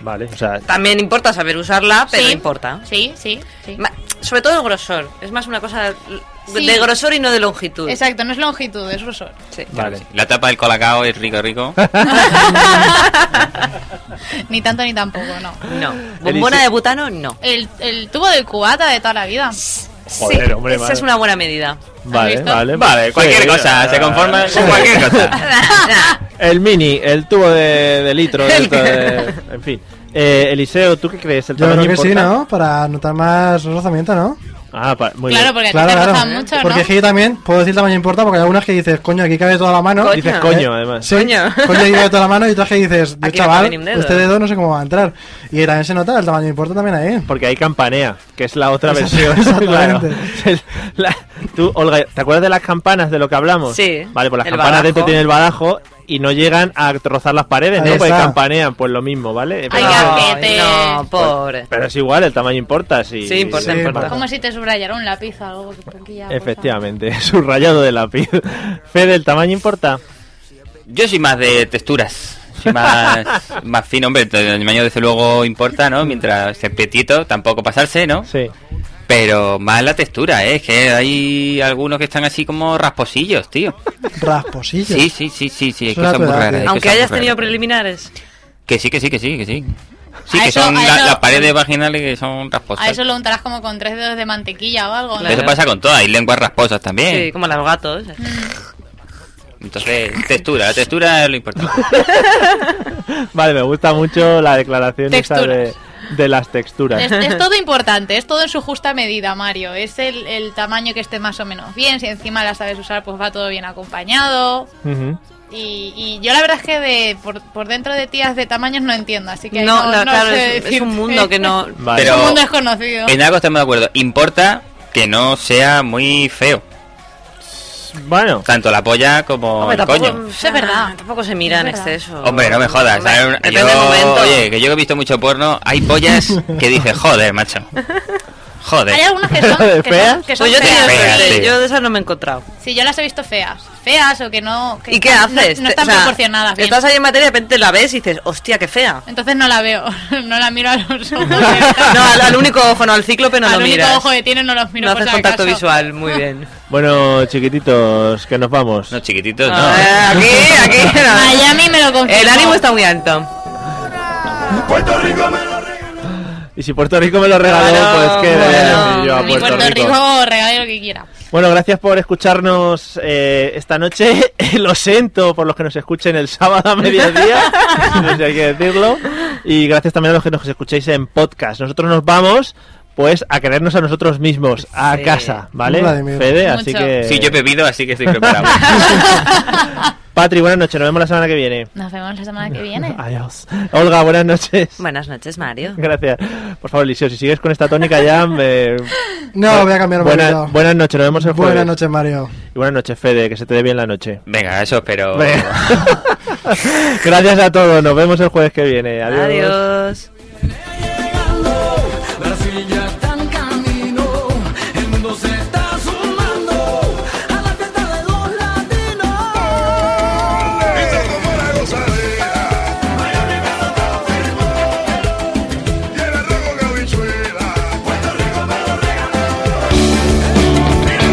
Speaker 1: Vale, o sea,
Speaker 3: También importa saber usarla, pero
Speaker 2: Sí.
Speaker 3: importa.
Speaker 2: Sí, sí, sí.
Speaker 3: Ma- Sobre todo el grosor. Es más una cosa l- de
Speaker 2: Sí.
Speaker 3: grosor y no de longitud.
Speaker 2: Exacto, no es longitud, es grosor.
Speaker 3: Sí.
Speaker 1: vale.
Speaker 5: La tapa del colacao es rico, rico.
Speaker 2: [LAUGHS] Ni tanto ni tampoco, no.
Speaker 3: No. Bombona de butano, no.
Speaker 2: El, el tubo del cubata de toda la vida.
Speaker 1: Joder, hombre,
Speaker 3: Esa
Speaker 1: madre.
Speaker 3: es una buena medida.
Speaker 1: Vale,
Speaker 2: visto?
Speaker 1: vale.
Speaker 5: Vale, cualquier
Speaker 1: Sí,
Speaker 5: cosa,
Speaker 1: ah,
Speaker 5: se conforma
Speaker 1: sí.
Speaker 5: con cualquier cosa.
Speaker 1: [LAUGHS]
Speaker 2: [LAUGHS]
Speaker 1: El mini, el tubo de, de litro. esto
Speaker 5: [LAUGHS]
Speaker 1: de- en fin. Eh, Eliseo, ¿tú qué crees? ¿El
Speaker 4: Yo
Speaker 1: tamaño
Speaker 4: creo que sí,
Speaker 1: importa?
Speaker 4: ¿no? Para notar más rozamiento, ¿no?
Speaker 1: Ah, pa- muy
Speaker 2: claro, porque
Speaker 1: bien.
Speaker 4: claro,
Speaker 2: a ti te
Speaker 4: claro.
Speaker 2: rozan mucho,
Speaker 4: porque es que
Speaker 2: ¿no?
Speaker 4: yo también puedo decir tamaño importa, porque hay algunas que dices, coño, aquí cabe toda la mano.
Speaker 3: Coño.
Speaker 1: Dices
Speaker 3: Eh,
Speaker 1: coño, además.
Speaker 4: Sí,
Speaker 3: Coño.
Speaker 4: coño, aquí cabe toda la mano. Y otras que dices, yo,
Speaker 3: Aquí no
Speaker 4: chaval,
Speaker 3: cabe ni un dedo.
Speaker 4: este dedo no sé cómo va a entrar. Y también se nota el tamaño importa también ahí.
Speaker 1: Porque hay campanea, que es la otra
Speaker 4: Exacto,
Speaker 1: versión. [LAUGHS] claro.
Speaker 4: exactamente.
Speaker 1: Es la- tú, Olga, ¿te acuerdas de las campanas de lo que hablamos?
Speaker 3: Sí,
Speaker 1: Vale, pues las
Speaker 3: el
Speaker 1: campanas
Speaker 3: badajo.
Speaker 1: dentro tienen el badajo y no llegan a rozar las paredes,
Speaker 4: Ahí
Speaker 1: ¿no? Porque
Speaker 4: está.
Speaker 1: campanean, pues lo mismo, ¿vale?
Speaker 2: Ay,
Speaker 1: Pero,
Speaker 2: gajetes.
Speaker 3: no, pobre.
Speaker 1: pero es igual, el tamaño importa. Si,
Speaker 3: Sí, importa,
Speaker 4: Sí,
Speaker 3: importa.
Speaker 4: vale.
Speaker 2: Como si te subrayara un lápiz o algo. que poquilla cosa.
Speaker 1: Efectivamente, [LAUGHS] subrayado de lápiz. Fede, ¿el tamaño importa?
Speaker 5: Yo soy más de texturas. Soy más, más fino, hombre. El tamaño, desde luego, importa, ¿no? Mientras el petito, tampoco pasarse, ¿no?
Speaker 1: Sí.
Speaker 5: Pero más la textura, ¿eh? Es que hay algunos que están así como rasposillos, tío.
Speaker 4: Rasposillo.
Speaker 5: Sí, sí, sí, sí, sí. Hay
Speaker 4: Eso es
Speaker 5: cosas muy
Speaker 4: natural,
Speaker 5: raras.
Speaker 4: tío.
Speaker 5: hay
Speaker 3: Aunque
Speaker 5: cosas muy
Speaker 3: hayas
Speaker 5: raras.
Speaker 3: tenido preliminares.
Speaker 5: Que sí, que sí, que sí, que sí. Sí,
Speaker 2: A
Speaker 5: que
Speaker 2: eso-
Speaker 5: son
Speaker 2: a
Speaker 5: la-
Speaker 2: eso-
Speaker 5: las paredes vaginales que son rasposas.
Speaker 2: A eso lo untarás como con tres dedos de mantequilla o algo, ¿no?
Speaker 5: Eso pasa con todas, hay lenguas rasposas también.
Speaker 3: Sí, como los gatos.
Speaker 2: Mm,
Speaker 5: Entonces, textura, la textura es lo importante.
Speaker 1: Vale, me gusta mucho la declaración esa de,
Speaker 2: Texturas.
Speaker 1: de las texturas.
Speaker 2: Es, es todo importante, es todo en su justa medida, Mario. Es el, el tamaño que esté más o menos bien. Si encima la sabes usar, pues va todo bien acompañado.
Speaker 1: Ujú.
Speaker 2: Y, y yo la verdad es que de, por, por dentro de tías de tamaños no entiendo, así que
Speaker 3: No,
Speaker 2: no,
Speaker 3: no,
Speaker 2: no
Speaker 3: claro,
Speaker 2: sé
Speaker 3: es, es
Speaker 2: decirte.
Speaker 3: un mundo que no.
Speaker 1: [LAUGHS]
Speaker 2: [LAUGHS]
Speaker 1: Vale.
Speaker 2: Es un
Speaker 5: Pero-
Speaker 2: mundo desconocido.
Speaker 5: En algo estamos de acuerdo. Importa que no sea muy feo.
Speaker 1: Bueno,
Speaker 5: Tanto la polla como
Speaker 3: Hombre,
Speaker 5: el
Speaker 3: tampoco,
Speaker 5: coño.
Speaker 3: es verdad. Tampoco se mira en
Speaker 2: Ah, Es verdad.
Speaker 3: exceso.
Speaker 5: Hombre, no me jodas.
Speaker 3: Hombre,
Speaker 5: ¿sabes?
Speaker 3: Depende
Speaker 5: Yo-
Speaker 3: del momento. [LAUGHS]
Speaker 5: oye, que yo he visto mucho porno, hay pollas que dije, joder, macho. Joder.
Speaker 2: Hay algunas que son, que son, que son
Speaker 3: Pues yo he tenido
Speaker 2: feas.
Speaker 3: suerte,
Speaker 5: Feas, sí.
Speaker 3: yo de esas no me he encontrado.
Speaker 2: Sí, yo las he visto feas. Feas o que no. que
Speaker 3: ¿Y qué
Speaker 2: están- no-
Speaker 3: haces?
Speaker 2: No,
Speaker 3: Te-
Speaker 2: están
Speaker 3: o sea,
Speaker 2: proporcionadas. bien.
Speaker 3: Estás ahí en materia y de repente la ves y dices, hostia, qué
Speaker 2: [LAUGHS]
Speaker 3: fea.
Speaker 2: Entonces no la veo. No la miro a
Speaker 3: [LAUGHS]
Speaker 2: los ojos.
Speaker 3: No, al, al único ojo, no, al cíclope
Speaker 2: [LAUGHS]
Speaker 3: no
Speaker 2: al
Speaker 3: lo
Speaker 2: único
Speaker 3: miras.
Speaker 2: ojo que tiene no los miro.
Speaker 3: no
Speaker 2: por
Speaker 3: haces
Speaker 2: si
Speaker 3: contacto
Speaker 2: acaso.
Speaker 3: visual, muy bien.
Speaker 1: Bueno, chiquititos, que nos vamos.
Speaker 5: No, chiquititos, [LAUGHS] no. Eh,
Speaker 3: Ah, aquí,
Speaker 2: [LAUGHS]
Speaker 1: [LAUGHS]
Speaker 3: aquí. no.
Speaker 2: Miami me lo confirmó.
Speaker 3: El ánimo está muy alto.
Speaker 1: Y si Puerto Rico me lo regaló,
Speaker 3: Bueno,
Speaker 1: pues qué le voy a
Speaker 3: bueno.
Speaker 1: decir yo a
Speaker 2: Mi
Speaker 1: Puerto, Rico.
Speaker 2: regale lo que
Speaker 3: [LAUGHS]
Speaker 2: quiera.
Speaker 1: Bueno, gracias por escucharnos eh, esta noche. [LAUGHS] lo siento por los que nos escuchen el sábado a mediodía, [LAUGHS] no sé si hay que decirlo. Y gracias también a los que nos escuchéis en podcast. Nosotros nos vamos, pues, a querernos a nosotros mismos, a
Speaker 3: Sí.
Speaker 1: casa, ¿vale?
Speaker 4: Vladimir.
Speaker 1: Fede, así
Speaker 2: Mucho.
Speaker 1: que...
Speaker 5: Sí, yo he bebido, así que estoy preparado.
Speaker 3: [LAUGHS]
Speaker 1: Patri, buenas noches, nos vemos la semana que viene.
Speaker 2: Nos vemos la semana que viene.
Speaker 1: Adiós. Olga, buenas noches.
Speaker 3: Buenas noches, Mario.
Speaker 1: [LAUGHS] Gracias. Por favor, Eliseo, si sigues con esta tónica ya me...
Speaker 4: [LAUGHS] No, voy a cambiar un
Speaker 1: Buena-
Speaker 4: poquito.
Speaker 1: Buenas noches, nos vemos el jueves.
Speaker 4: Buenas noches, Mario.
Speaker 1: Y buenas noches, Fede, que se te dé bien la noche.
Speaker 5: Venga, eso espero.
Speaker 1: Venga. [LAUGHS] Gracias a todos, nos vemos el jueves que viene. Adiós.
Speaker 3: Adiós.
Speaker 8: Brasil ya está en camino, el mundo se está sumando a la fiesta de los latinos. Esto como la gozadera, Miami me lo confirmó, tiene rojo cabichuela, Puerto Rico me lo regaló. Mírala, mírala,